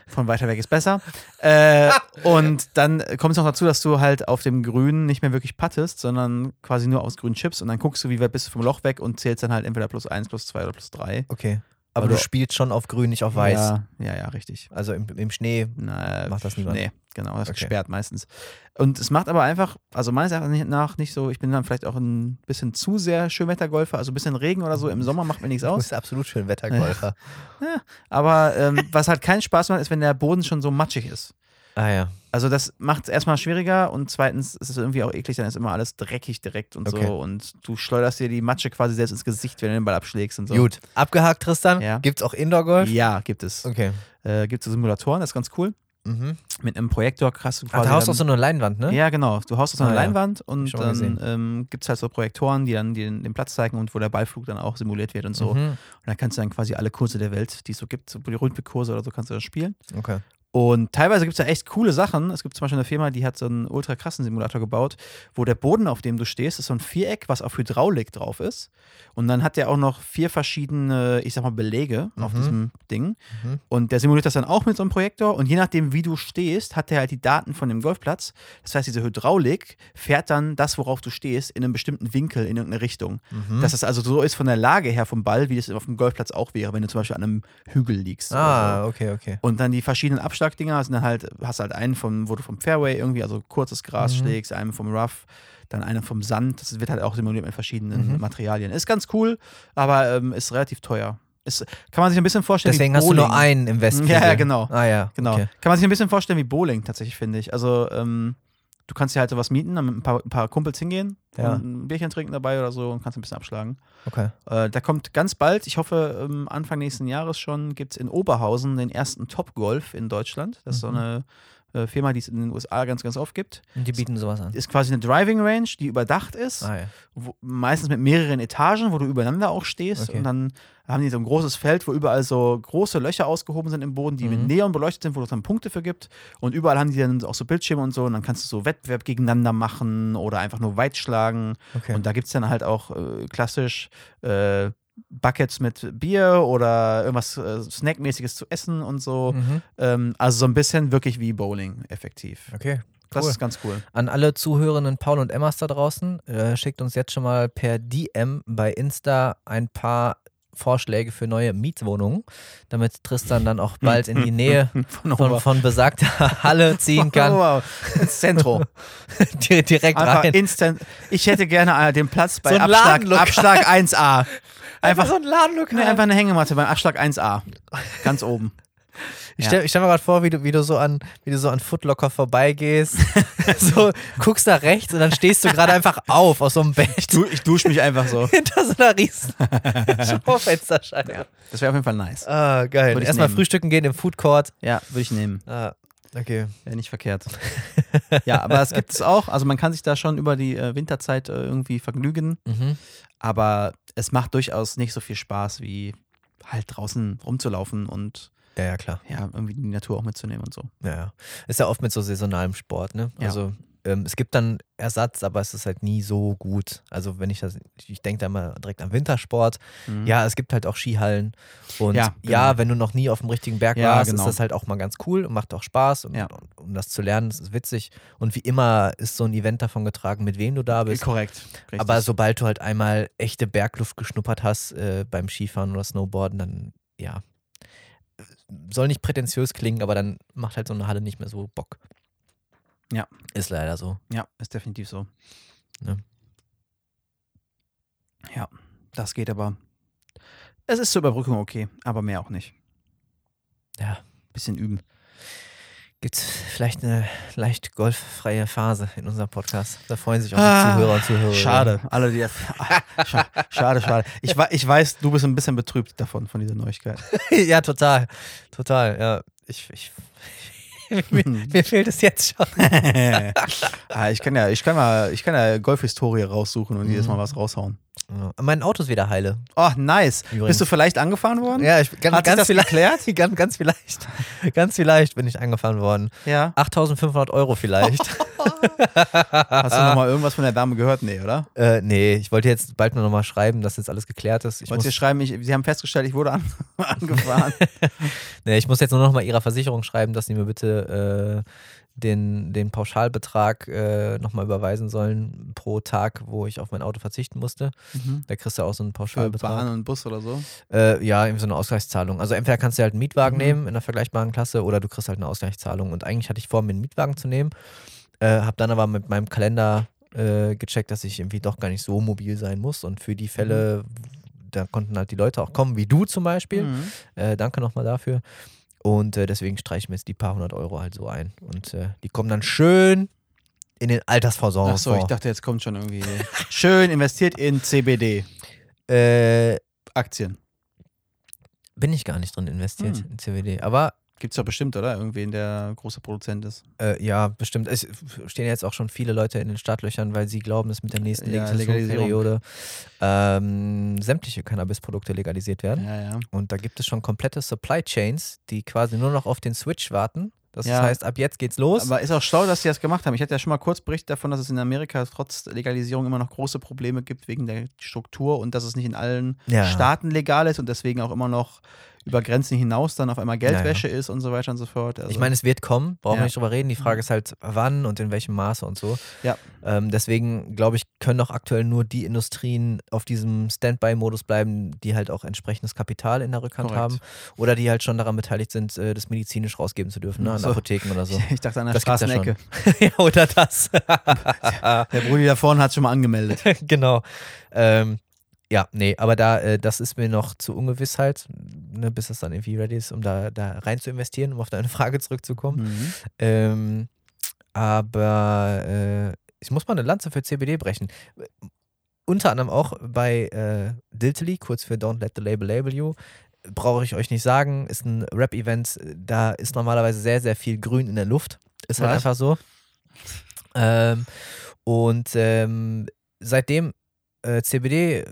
S2: Von weiter weg ist besser. Äh, und dann kommt es noch dazu, dass du halt auf dem Grün nicht mehr wirklich pattest, sondern quasi nur aus grünen Chips und dann guckst du, wie weit bist du vom Loch weg und zählst dann halt entweder plus eins, plus zwei oder plus drei.
S1: Okay. Aber
S2: Weil
S1: du
S2: du-
S1: spielst schon auf grün, nicht auf weiß.
S2: Also Ja, ja, ja richtig.
S1: Also im, im Schnee.
S2: Na,
S1: Macht das niemand?
S2: Nee, genau, das ist
S1: Okay.
S2: gesperrt meistens. Und es macht aber einfach, also meines Erachtens nach nicht so, ich bin dann vielleicht auch ein bisschen zu sehr Schönwettergolfer, also ein bisschen Regen oder so im Sommer macht mir nichts
S1: Du
S2: aus.
S1: bist absolut schön Wettergolfer.
S2: Aber ähm, was halt keinen Spaß macht, ist, wenn der Boden schon so matschig ist.
S1: Ah ja.
S2: Also das macht es erstmal schwieriger und zweitens ist es irgendwie auch eklig, dann ist immer alles dreckig direkt und
S1: Okay.
S2: so und du schleuderst dir die Matsche quasi selbst ins Gesicht, wenn du den Ball abschlägst und so.
S1: Gut. Abgehakt, Tristan.
S2: Ja.
S1: Gibt's auch Indoor-Golf?
S2: Ja, gibt es.
S1: Okay.
S2: Äh, gibt es Simulatoren, das ist ganz cool.
S1: Mhm.
S2: Mit einem Projektor hast du
S1: Ach,
S2: quasi
S1: da hast du
S2: dann-
S1: auch so eine Leinwand, ne?
S2: Ja, genau. Du haust auf so eine
S1: Ah, ja.
S2: Leinwand
S1: Hab
S2: und
S1: ich schon mal gesehen.
S2: dann ähm, gibt es halt so Projektoren, die dann den, den Platz zeigen und wo der Ballflug dann auch simuliert wird und so. Und
S1: Mhm.
S2: dann kannst du dann quasi alle Kurse der Welt, die es so gibt, so die Rundbekurse oder so, kannst du dann spielen.
S1: Okay.
S2: Und teilweise gibt es da echt coole Sachen. Es gibt zum Beispiel eine Firma, die hat so einen ultra krassen Simulator gebaut, wo der Boden, auf dem du stehst, ist so ein Viereck, was auf Hydraulik drauf ist. Und dann hat der auch noch vier verschiedene, ich sag mal, Belege auf
S1: Mhm.
S2: diesem Ding.
S1: Mhm.
S2: Und der simuliert das dann auch mit so einem Projektor. Und je nachdem, wie du stehst, hat der halt die Daten von dem Golfplatz. Das heißt, diese Hydraulik fährt dann das, worauf du stehst, in einem bestimmten Winkel, in irgendeine Richtung.
S1: Mhm.
S2: Dass das also so ist von der Lage her vom Ball, wie das auf dem Golfplatz auch wäre, wenn du zum Beispiel an einem Hügel liegst. oder so.
S1: ah, okay, okay.
S2: Und dann die verschiedenen Abschlagdinger sind dann halt, hast halt einen vom, wo du vom Fairway irgendwie, also kurzes Gras
S1: Mhm.
S2: schlägst, einen vom Rough, dann einen vom Sand. Das wird halt auch simuliert mit verschiedenen
S1: Mhm.
S2: Materialien. Ist ganz cool, aber ähm, ist relativ teuer. Ist, kann man sich ein bisschen vorstellen,
S1: Deswegen
S2: wie
S1: hast du
S2: Bowling.
S1: nur einen im Westen.
S2: Ja, ja, genau.
S1: Ah ja.
S2: Genau.
S1: Okay.
S2: Kann man sich ein bisschen vorstellen wie Bowling tatsächlich, finde ich. Also, ähm, du kannst dir halt sowas mieten, dann mit ein paar, ein paar Kumpels hingehen,
S1: Ja.
S2: und ein Bierchen trinken dabei oder so und kannst ein bisschen abschlagen.
S1: okay.
S2: Äh, da kommt ganz bald, ich hoffe ähm, Anfang nächsten Jahres schon, gibt es in Oberhausen den ersten Top-Golf in Deutschland. Das ist so
S1: Mhm.
S2: eine äh, Firma, die es in den USA ganz, ganz oft gibt.
S1: Und die bieten sowas an.
S2: Ist quasi eine Driving Range, die überdacht ist,
S1: Ah ja.
S2: wo, meistens mit mehreren Etagen, wo du übereinander auch stehst.
S1: Okay.
S2: Und dann haben die so ein großes Feld, wo überall so große Löcher ausgehoben sind im Boden, die
S1: Mhm.
S2: mit Neon beleuchtet sind, wo es dann Punkte für gibt. Und überall haben die dann auch so Bildschirme und so. Und dann kannst du so Wettbewerb gegeneinander machen oder einfach nur weit schlagen.
S1: Okay.
S2: Und da gibt es dann halt auch äh, klassisch äh, Buckets mit Bier oder irgendwas äh, Snackmäßiges zu essen und so.
S1: mhm.
S2: Ähm, also so ein bisschen wirklich wie Bowling effektiv.
S1: Okay.
S2: Das
S1: Cool.
S2: ist ganz cool.
S1: An alle Zuhörenden Paul und Emmas da draußen, äh, schickt uns jetzt schon mal per DM bei Insta ein paar Vorschläge für neue Mietwohnungen, damit Tristan dann auch bald in die Nähe
S2: Von,
S1: von, von besagter Halle ziehen kann.
S2: Wow. Ins Zentrum.
S1: Di- Direkt
S2: Einfach
S1: rein.
S2: instant. Ich hätte gerne äh, den Platz bei
S1: So ein
S2: Abschlag,
S1: Ladenlokal.
S2: Abschlag 1a. Einfach,
S1: so ein Ladenlokal.
S2: nee, einfach eine Hängematte beim Abschlag 1a. Ganz oben.
S1: Ich
S2: Ja.
S1: stelle stell mir gerade vor, wie du, wie, du so an, wie du so an Footlocker vorbeigehst, so guckst nach rechts und dann stehst du gerade einfach auf aus so einem Bett
S2: Du, ich dusche mich einfach so.
S1: hinter so einer riesen Schaufensterscheibe.
S2: Das wäre auf jeden Fall nice.
S1: Ah, geil.
S2: Würde ich
S1: Erstmal
S2: nehmen.
S1: frühstücken gehen im Food Court.
S2: Ja, würde ich nehmen.
S1: Ah, okay.
S2: Wäre nicht verkehrt. ja, aber es gibt es auch. Also man kann sich da schon über die äh, Winterzeit äh, irgendwie vergnügen.
S1: Mhm.
S2: Aber es macht durchaus nicht so viel Spaß, wie halt draußen rumzulaufen und
S1: Ja, ja, klar.
S2: ja, irgendwie die Natur auch mitzunehmen und so.
S1: Ja, ja. Ist ja oft mit so saisonalem Sport, ne?
S2: Ja.
S1: Also ähm, es gibt dann Ersatz, aber es ist halt nie so gut. Also wenn ich das, ich denke da mal direkt am Wintersport.
S2: Mhm.
S1: Ja, es gibt halt auch Skihallen. Und ja,
S2: Ja, genau.
S1: wenn du noch nie auf dem richtigen Berg
S2: Ja,
S1: warst,
S2: genau.
S1: ist das halt auch mal ganz cool und macht auch Spaß. Und,
S2: Ja.
S1: und um das zu lernen, das ist witzig. Und wie immer ist so ein Event davon getragen, mit wem du da bist.
S2: korrekt. Richtig.
S1: Äh, Aber sobald du halt einmal echte Bergluft geschnuppert hast äh, beim Skifahren oder Snowboarden, dann ja. Soll nicht prätentiös klingen, aber dann macht halt so eine Halle nicht mehr so Bock.
S2: Ja.
S1: Ist leider so.
S2: Ja, ist definitiv so.
S1: Ne.
S2: Ja, das geht aber. Es ist zur Überbrückung okay, aber mehr auch nicht.
S1: Ja.
S2: Bisschen üben.
S1: Gibt vielleicht eine leicht golffreie Phase in unserem Podcast. Da freuen sich auch die Zuhörer und Zuhörerinnen.
S2: Ah, Schade, alle die jetzt. Ah, scha- Schade, schade. Ich, wa- ich weiß, du bist ein bisschen betrübt davon, von dieser Neuigkeit.
S1: ja, total. Total. Ja. Ich, ich, mir,
S2: Mhm.
S1: mir fehlt es jetzt schon.
S2: ah, ich kann ja, ich kann mal, ich kann ja Golfhistorie raussuchen und
S1: Mhm.
S2: jedes Mal was raushauen.
S1: Ja. Mein Auto ist wieder heile.
S2: Oh, nice.
S1: Übrigens.
S2: Bist du vielleicht angefahren worden?
S1: Ja, ich, ganz,
S2: Hat sich das
S1: vielleicht, ganz, ganz vielleicht. Ganz vielleicht bin ich angefahren worden.
S2: ja.
S1: 8500 Euro vielleicht. Ah,
S2: Hast du nochmal irgendwas von der Dame gehört? Nee, oder?
S1: äh, nee, ich wollte jetzt bald nur noch mal schreiben, dass jetzt alles geklärt ist. Ich
S2: Wollt ihr
S1: muss,
S2: schreiben, ich, sie haben festgestellt, ich wurde an, angefahren.
S1: nee, ich muss jetzt nur noch mal ihrer Versicherung schreiben, dass sie mir bitte äh, den, den Pauschalbetrag äh, noch mal überweisen sollen pro Tag, wo ich auf mein Auto verzichten musste.
S2: Mhm.
S1: Da kriegst du auch so einen
S2: Für
S1: Pauschalbetrag.
S2: Bahn und Bus oder so.
S1: Äh, ja, eben so eine Ausgleichszahlung. Also entweder kannst du halt einen Mietwagen
S2: Mhm.
S1: nehmen in einer vergleichbaren Klasse oder du kriegst halt eine Ausgleichszahlung. Und eigentlich hatte ich vor, mir einen Mietwagen zu nehmen, äh, habe dann aber mit meinem Kalender äh, gecheckt, dass ich irgendwie doch gar nicht so mobil sein muss. Und für die Fälle, da konnten halt die Leute auch kommen, wie du zum Beispiel.
S2: Mhm.
S1: Äh, danke nochmal dafür. Und äh, deswegen streichen wir jetzt die paar hundert Euro halt so ein. Und äh, die kommen dann schön in den Altersversorgung.
S2: Achso, ich
S1: vor.
S2: dachte, jetzt kommt schon irgendwie. Schön investiert in CBD-Aktien.
S1: äh, bin ich gar nicht drin investiert
S2: Hm.
S1: in CBD. Aber
S2: Gibt's doch bestimmt, oder? Irgendwen, der großer Produzent ist.
S1: Äh, ja, bestimmt. Es stehen jetzt auch schon viele Leute in den Startlöchern, weil sie glauben, dass mit der nächsten
S2: Ja, also
S1: Legislationsperiode ähm, sämtliche Cannabisprodukte legalisiert werden.
S2: Ja, ja.
S1: Und da gibt es schon komplette Supply Chains, die quasi nur noch auf den Switch warten. Das
S2: Ja.
S1: heißt, ab jetzt geht's los.
S2: Aber ist auch schlau, dass sie das gemacht haben. Ich hatte ja schon mal kurz berichtet davon, dass es in Amerika trotz Legalisierung immer noch große Probleme gibt wegen der Struktur und dass es nicht in allen
S1: Ja.
S2: Staaten legal ist und deswegen auch immer noch über Grenzen hinaus dann auf einmal
S1: ja.
S2: Geldwäsche ist und so weiter und so fort. Also,
S1: ich meine, es wird kommen, brauchen wir
S2: Ja. Mhm.
S1: nicht drüber reden. Die Frage ist halt, wann und in welchem Maße und so.
S2: Ja.
S1: Ähm, deswegen, glaube ich, können auch aktuell nur die Industrien auf diesem Standby-Modus bleiben, die halt auch entsprechendes Kapital in der Rückhand
S2: Korrekt.
S1: haben oder die halt schon daran beteiligt sind, äh, das medizinisch rausgeben zu dürfen, ne? an
S2: Ach so.
S1: Apotheken oder so.
S2: ich dachte an der
S1: Das gibt's ja schon.
S2: Straßenecke.
S1: ja, oder das.
S2: Der Brudi da vorne hat schon mal angemeldet.
S1: genau. Ähm, ja, nee, aber da, äh, das ist mir noch zu Ungewissheit, ne, bis es dann irgendwie ready ist, um da, da rein zu investieren, um auf deine Frage zurückzukommen.
S2: Mhm.
S1: Ähm, aber äh, ich muss mal eine Lanze für CBD brechen. Unter anderem auch bei äh, Diltily, kurz für Don't Let the Label Label You, brauche ich euch nicht sagen, ist ein Rap-Event, da ist normalerweise sehr, sehr viel Grün in der Luft. Ist halt
S2: Was?
S1: einfach so. Ähm, und ähm, seitdem äh, CBD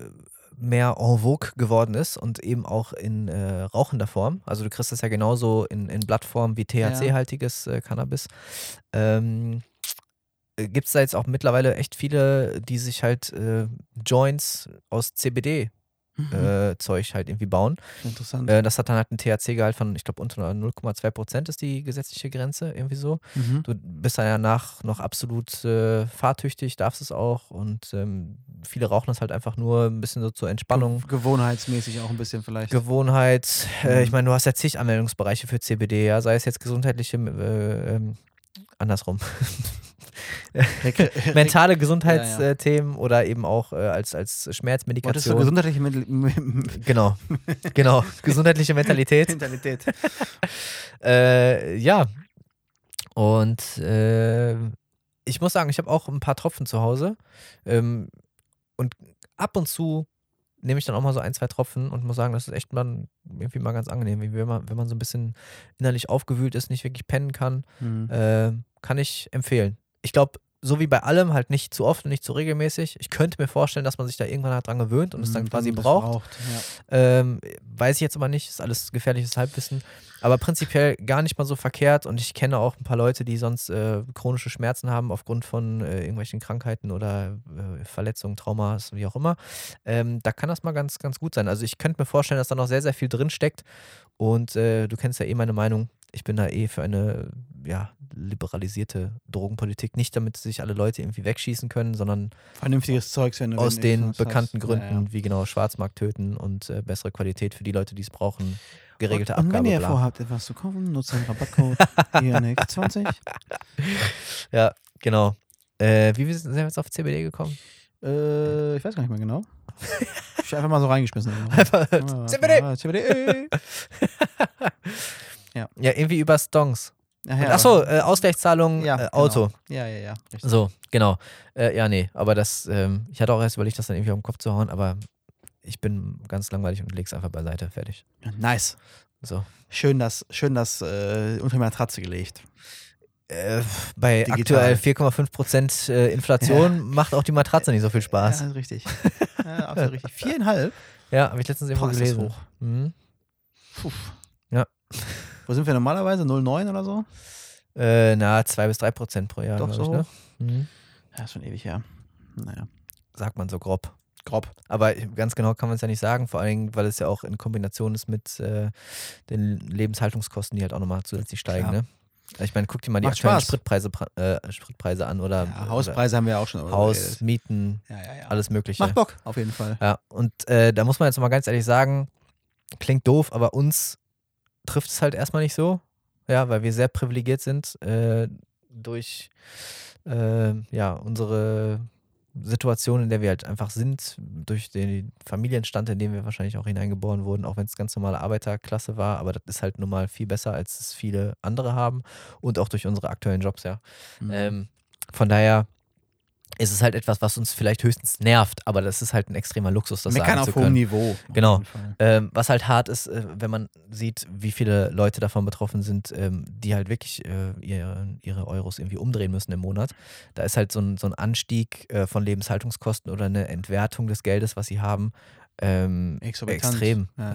S1: mehr en vogue geworden ist und eben auch in äh, rauchender Form. Also du kriegst das ja genauso in, in Blattform wie THC-haltiges äh, Cannabis. Ähm, Gibt es da jetzt auch mittlerweile echt viele, die sich halt äh, Joints äh, aus CBD äh, Zeug halt irgendwie bauen.
S2: Mhm. Interessant.
S1: Äh, das hat dann halt einen THC-Gehalt von, ich glaube, unter 0,2 Prozent ist die gesetzliche Grenze, irgendwie so.
S2: mhm.
S1: Du bist dann danach noch absolut äh, fahrtüchtig, darfst es auch und ähm, viele rauchen das halt einfach nur ein bisschen so zur Entspannung.
S2: Gewohnheitsmäßig auch ein bisschen vielleicht.
S1: Gewohnheit, äh, ich
S2: Mhm.
S1: meine, du hast ja zig Anwendungsbereiche für CBD, ja, sei es jetzt gesundheitliche, äh, ähm, andersrum,
S2: Rekre-
S1: mentale
S2: Ja, ja.
S1: Gesundheitsthemen oder eben auch äh, als, als
S2: Wolltest du
S1: Schmerzmedikation.
S2: gesundheitliche Mittel- M-
S1: Genau, genau. Gesundheitliche Mentalität.
S2: Mentalität?
S1: Äh, ja. Und äh, ich muss sagen, ich habe auch ein paar Tropfen zu Hause. Ähm, und ab und zu nehme ich dann auch mal so ein, zwei Tropfen und muss sagen, das ist echt mal irgendwie mal ganz angenehm. Wie Wenn man, wenn man so ein bisschen innerlich aufgewühlt ist, nicht wirklich pennen kann,
S2: Mhm.
S1: äh, kann ich empfehlen. Ich glaube, so wie bei allem, halt nicht zu oft und nicht zu regelmäßig. Ich könnte mir vorstellen, dass man sich da irgendwann halt dran gewöhnt und es dann
S2: Mhm,
S1: quasi
S2: das
S1: braucht.
S2: Ja.
S1: Ähm, weiß ich jetzt aber nicht, ist alles gefährliches Halbwissen. Aber prinzipiell gar nicht mal so verkehrt und ich kenne auch ein paar Leute, die sonst äh, chronische Schmerzen haben aufgrund von äh, irgendwelchen Krankheiten oder äh, Verletzungen, Traumas, wie auch immer. Ähm, da kann das mal ganz, ganz gut sein. Also ich könnte mir vorstellen, dass da noch sehr, sehr viel drin steckt und äh, du kennst ja eh meine Meinung. Ich bin da eh für eine ja, liberalisierte Drogenpolitik. Nicht, damit sich alle Leute irgendwie wegschießen können, sondern
S2: Vernünftiges Zeugs, wenn du
S1: aus
S2: wenn du
S1: den
S2: was hast.
S1: bekannten
S2: Ja,
S1: Gründen,
S2: ja.
S1: wie genau Schwarzmarkt töten und äh, bessere Qualität für die Leute, die es brauchen, geregelte
S2: und, und
S1: Abgabe.
S2: wenn ihr
S1: bla.
S2: vorhabt, etwas zu kaufen, nutzt den Rabattcode IONX20.
S1: Ja, genau. Äh, wie wir sind sind wir jetzt auf CBD gekommen?
S2: Äh, ich weiß gar nicht mehr genau. Ich hab einfach mal so reingeschmissen.
S1: Einfach
S2: Ah,
S1: CBD.
S2: ah, CBD.
S1: Ja, irgendwie über Stonks.
S2: Ach
S1: Und,
S2: ja,
S1: achso, äh, Ausgleichszahlung,
S2: Ja,
S1: äh,
S2: genau.
S1: Auto.
S2: Ja, ja, ja. richtig.
S1: So, genau. Äh, ja, nee, aber das, ähm, ich hatte auch erst überlegt, das dann irgendwie auf den Kopf zu hauen, aber ich bin ganz langweilig und leg's einfach beiseite. Fertig.
S2: Nice.
S1: So.
S2: Schön das, schön das äh, unter die Matratze gelegt.
S1: Äh, bei
S2: Digital.
S1: aktuell 4,5% äh, Inflation macht auch die Matratze nicht so viel Spaß.
S2: Ja, richtig. ja, absolut richtig. Viereinhalb?
S1: Ja, habe ich letztens irgendwo
S2: Boah, ist das
S1: gelesen.
S2: hoch.
S1: Mhm.
S2: Puh.
S1: Ja.
S2: Wo sind wir normalerweise? 0,9 oder so?
S1: Äh, na, 2 bis 3 Prozent pro Jahr.
S2: Doch
S1: glaub
S2: so
S1: ich, ne? mhm.
S2: Ja, ist schon ewig her. Naja.
S1: Sagt man so grob.
S2: Grob.
S1: Aber ganz genau kann man es ja nicht sagen, vor allen Dingen, weil es ja auch in Kombination ist mit äh, den Lebenshaltungskosten, die halt auch nochmal zusätzlich steigen.
S2: Klar.
S1: Ne? Ich meine, guck dir mal die
S2: Macht
S1: aktuellen
S2: Spaß.
S1: Spritpreise, pra- äh, Spritpreise an oder,
S2: Ja, Hauspreise haben wir ja auch schon.
S1: oder
S2: darüber
S1: Haus,
S2: geredet.
S1: Mieten,
S2: Ja, ja, ja.
S1: alles Mögliche.
S2: Macht Bock, auf jeden Fall.
S1: Ja, und äh, da muss man jetzt mal ganz ehrlich sagen, klingt doof, aber uns trifft es halt erstmal nicht so. Ja, weil wir sehr privilegiert sind äh, durch äh, ja, unsere Situation, in der wir halt einfach sind, durch den Familienstand, in dem wir wahrscheinlich auch hineingeboren wurden, auch wenn es ganz normale Arbeiterklasse war, aber das ist halt nun mal viel besser, als es viele andere haben und auch durch unsere aktuellen Jobs, ja.
S2: Mhm.
S1: Ähm, von daher ist es halt etwas, was uns vielleicht höchstens nervt, aber das ist halt ein extremer Luxus, das
S2: Meckern
S1: sagen zu
S2: auf hohem
S1: können.
S2: Niveau. auf
S1: Genau.
S2: jeden Fall.
S1: Ähm, was halt hart ist, äh, wenn man sieht, wie viele Leute davon betroffen sind, ähm, die halt wirklich äh, ihre, ihre Euros irgendwie umdrehen müssen im Monat. Da ist halt so ein, so ein Anstieg äh, von Lebenshaltungskosten oder eine Entwertung des Geldes, was sie haben, ähm,
S2: Exorbitant.
S1: extrem. Ja,
S2: Ja,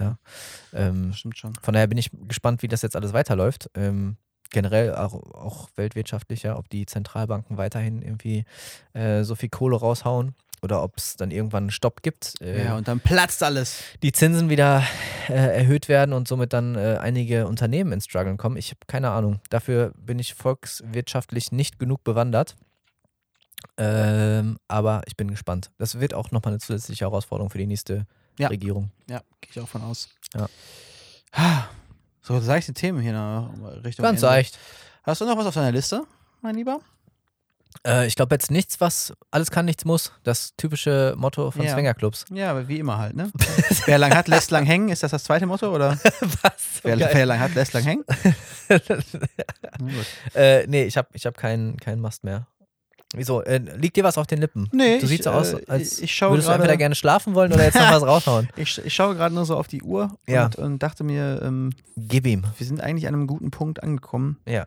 S2: ja.
S1: Ähm,
S2: Das stimmt schon.
S1: von daher bin ich gespannt, wie das jetzt alles weiterläuft. Ähm, generell auch, auch weltwirtschaftlich, ja, ob die Zentralbanken weiterhin irgendwie äh, so viel Kohle raushauen oder ob es dann irgendwann einen Stopp gibt. Äh,
S2: Ja, und dann platzt alles.
S1: Die Zinsen wieder äh, erhöht werden und somit dann äh, einige Unternehmen ins Struggeln kommen. Ich habe keine Ahnung. Dafür bin ich volkswirtschaftlich nicht genug bewandert. Ähm, aber ich bin gespannt. Das wird auch nochmal eine zusätzliche Herausforderung für die nächste
S2: Ja.
S1: Regierung.
S2: Ja, gehe ich auch von aus.
S1: Ja.
S2: Ha, So, seichte Themen hier noch Richtung.
S1: Ganz
S2: Ende.
S1: leicht.
S2: Hast du noch was auf deiner Liste, mein Lieber?
S1: Äh, ich glaube jetzt nichts, was alles kann, nichts muss. Das typische Motto von
S2: Ja.
S1: Swingerclubs.
S2: Ja, aber wie immer halt, ne? wer lang hat, lässt lang hängen. Ist das das zweite Motto? Oder
S1: Was?
S2: wer, wer lang hat, lässt lang hängen? Na gut.
S1: äh, nee, ich habe ich hab keinen keinen Mast mehr. Wieso? Äh, liegt dir was auf den Lippen?
S2: Nee,
S1: Du
S2: ich,
S1: siehst so aus,
S2: äh,
S1: als
S2: ich schau
S1: würdest du
S2: gerade-
S1: entweder gerne schlafen wollen oder jetzt noch was raushauen.
S2: Ich, ich schaue gerade nur so auf die Uhr
S1: Ja.
S2: und, und dachte mir, ähm,
S1: Gib ihm.
S2: wir sind eigentlich an einem guten Punkt angekommen
S1: Ja.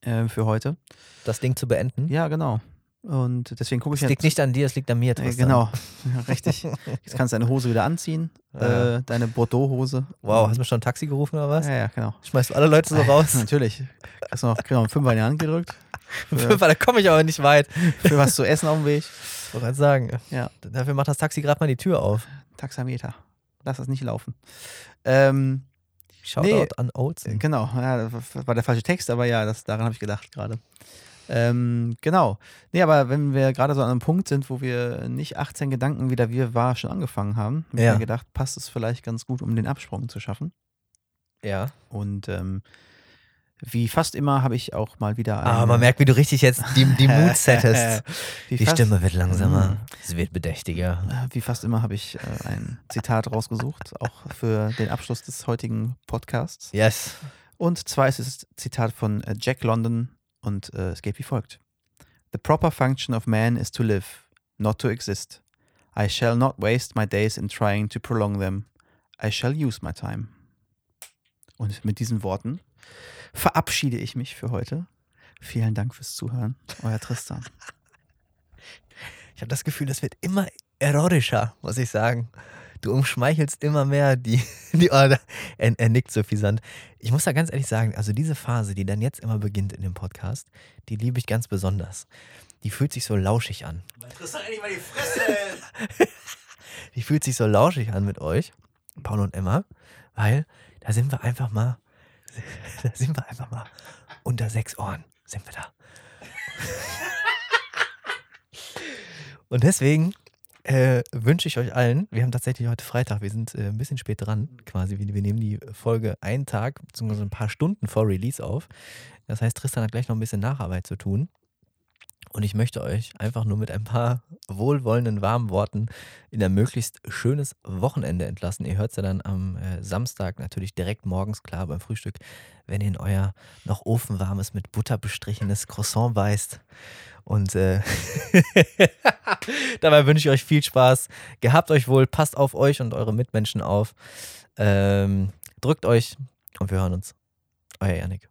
S2: äh, für heute.
S1: Das Ding zu beenden.
S2: Ja, genau. Und deswegen gucke ich
S1: Es liegt nicht an dir, es liegt an mir.
S2: Äh,
S1: Tristan.
S2: genau, ja, richtig. Jetzt kannst du deine Hose wieder anziehen,
S1: Ja.
S2: äh, deine Bordeaux-Hose.
S1: Wow, hast du mir schon ein Taxi gerufen oder was?
S2: Mhm. Ja, ja, genau.
S1: Schmeißt du alle Leute so raus?
S2: Natürlich. Hast du noch, kriegst noch einen Fünfer in die Hand gedrückt. Für,
S1: da komme ich aber nicht weit.
S2: für was zu essen auf dem Weg.
S1: Ich wollte gerade sagen.
S2: Ja.
S1: Dafür macht das Taxi gerade mal die Tür auf.
S2: Taxameter. lass das nicht laufen. Ähm,
S1: Shoutout
S2: Nee.
S1: an Olsen.
S2: Genau, ja, das war der falsche Text, aber ja, das, daran habe ich gedacht gerade. Ähm, genau. Nee, aber wenn wir gerade so an einem Punkt sind, wo wir nicht 18 Gedanken wieder wir war schon angefangen haben, habe
S1: Ja.
S2: ich mir gedacht, passt es vielleicht ganz gut, um den Absprung zu schaffen.
S1: Ja.
S2: Und ähm, wie fast immer habe ich auch mal wieder.
S1: Ah,
S2: eine-
S1: man merkt, wie du richtig jetzt die, die Mood settest.
S2: wie
S1: Die
S2: fast,
S1: Stimme wird langsamer,
S2: Mhm.
S1: sie wird bedächtiger.
S2: äh, Wie fast immer habe ich äh, ein Zitat rausgesucht, auch für den Abschluss des heutigen Podcasts.
S1: Yes.
S2: Und zwar ist es Zitat von äh, Jack London und äh, es geht wie folgt: The proper function of man is to live, not to exist. I shall not waste my days in trying to prolong them. I shall use my time. Und mit diesen Worten verabschiede ich mich für heute. Vielen Dank fürs Zuhören, euer Tristan.
S1: Ich habe das Gefühl, das wird immer erotischer, muss ich sagen. Du umschmeichelst immer mehr die. die oh, da- er, er nickt so fisant. Ich muss da ganz ehrlich sagen, also diese Phase, die dann jetzt immer beginnt in dem Podcast, die liebe ich ganz besonders. Die fühlt sich so lauschig an.
S3: Tristan, endlich mal die Fresse!
S1: Die fühlt sich so lauschig an mit euch, Paul und Emma, weil da sind wir einfach mal, da sind wir einfach mal unter sechs Ohren sind wir da. Und deswegen äh, wünsche ich euch allen, wir haben tatsächlich heute Freitag, wir sind äh, ein bisschen spät dran quasi, wir, wir nehmen die Folge einen Tag bzw. ein paar Stunden vor Release auf. Das heißt, Tristan hat gleich noch ein bisschen Nacharbeit zu tun. Und ich möchte euch einfach nur mit ein paar wohlwollenden, warmen Worten in ein möglichst schönes Wochenende entlassen. Ihr hört es ja dann am äh, Samstag natürlich direkt morgens, klar beim Frühstück, wenn ihr in euer noch ofenwarmes, mit Butter bestrichenes Croissant beißt. Und äh, dabei wünsche ich euch viel Spaß. Gehabt euch wohl, passt auf euch und eure Mitmenschen auf. Ähm, drückt euch und wir hören uns. Euer Janik.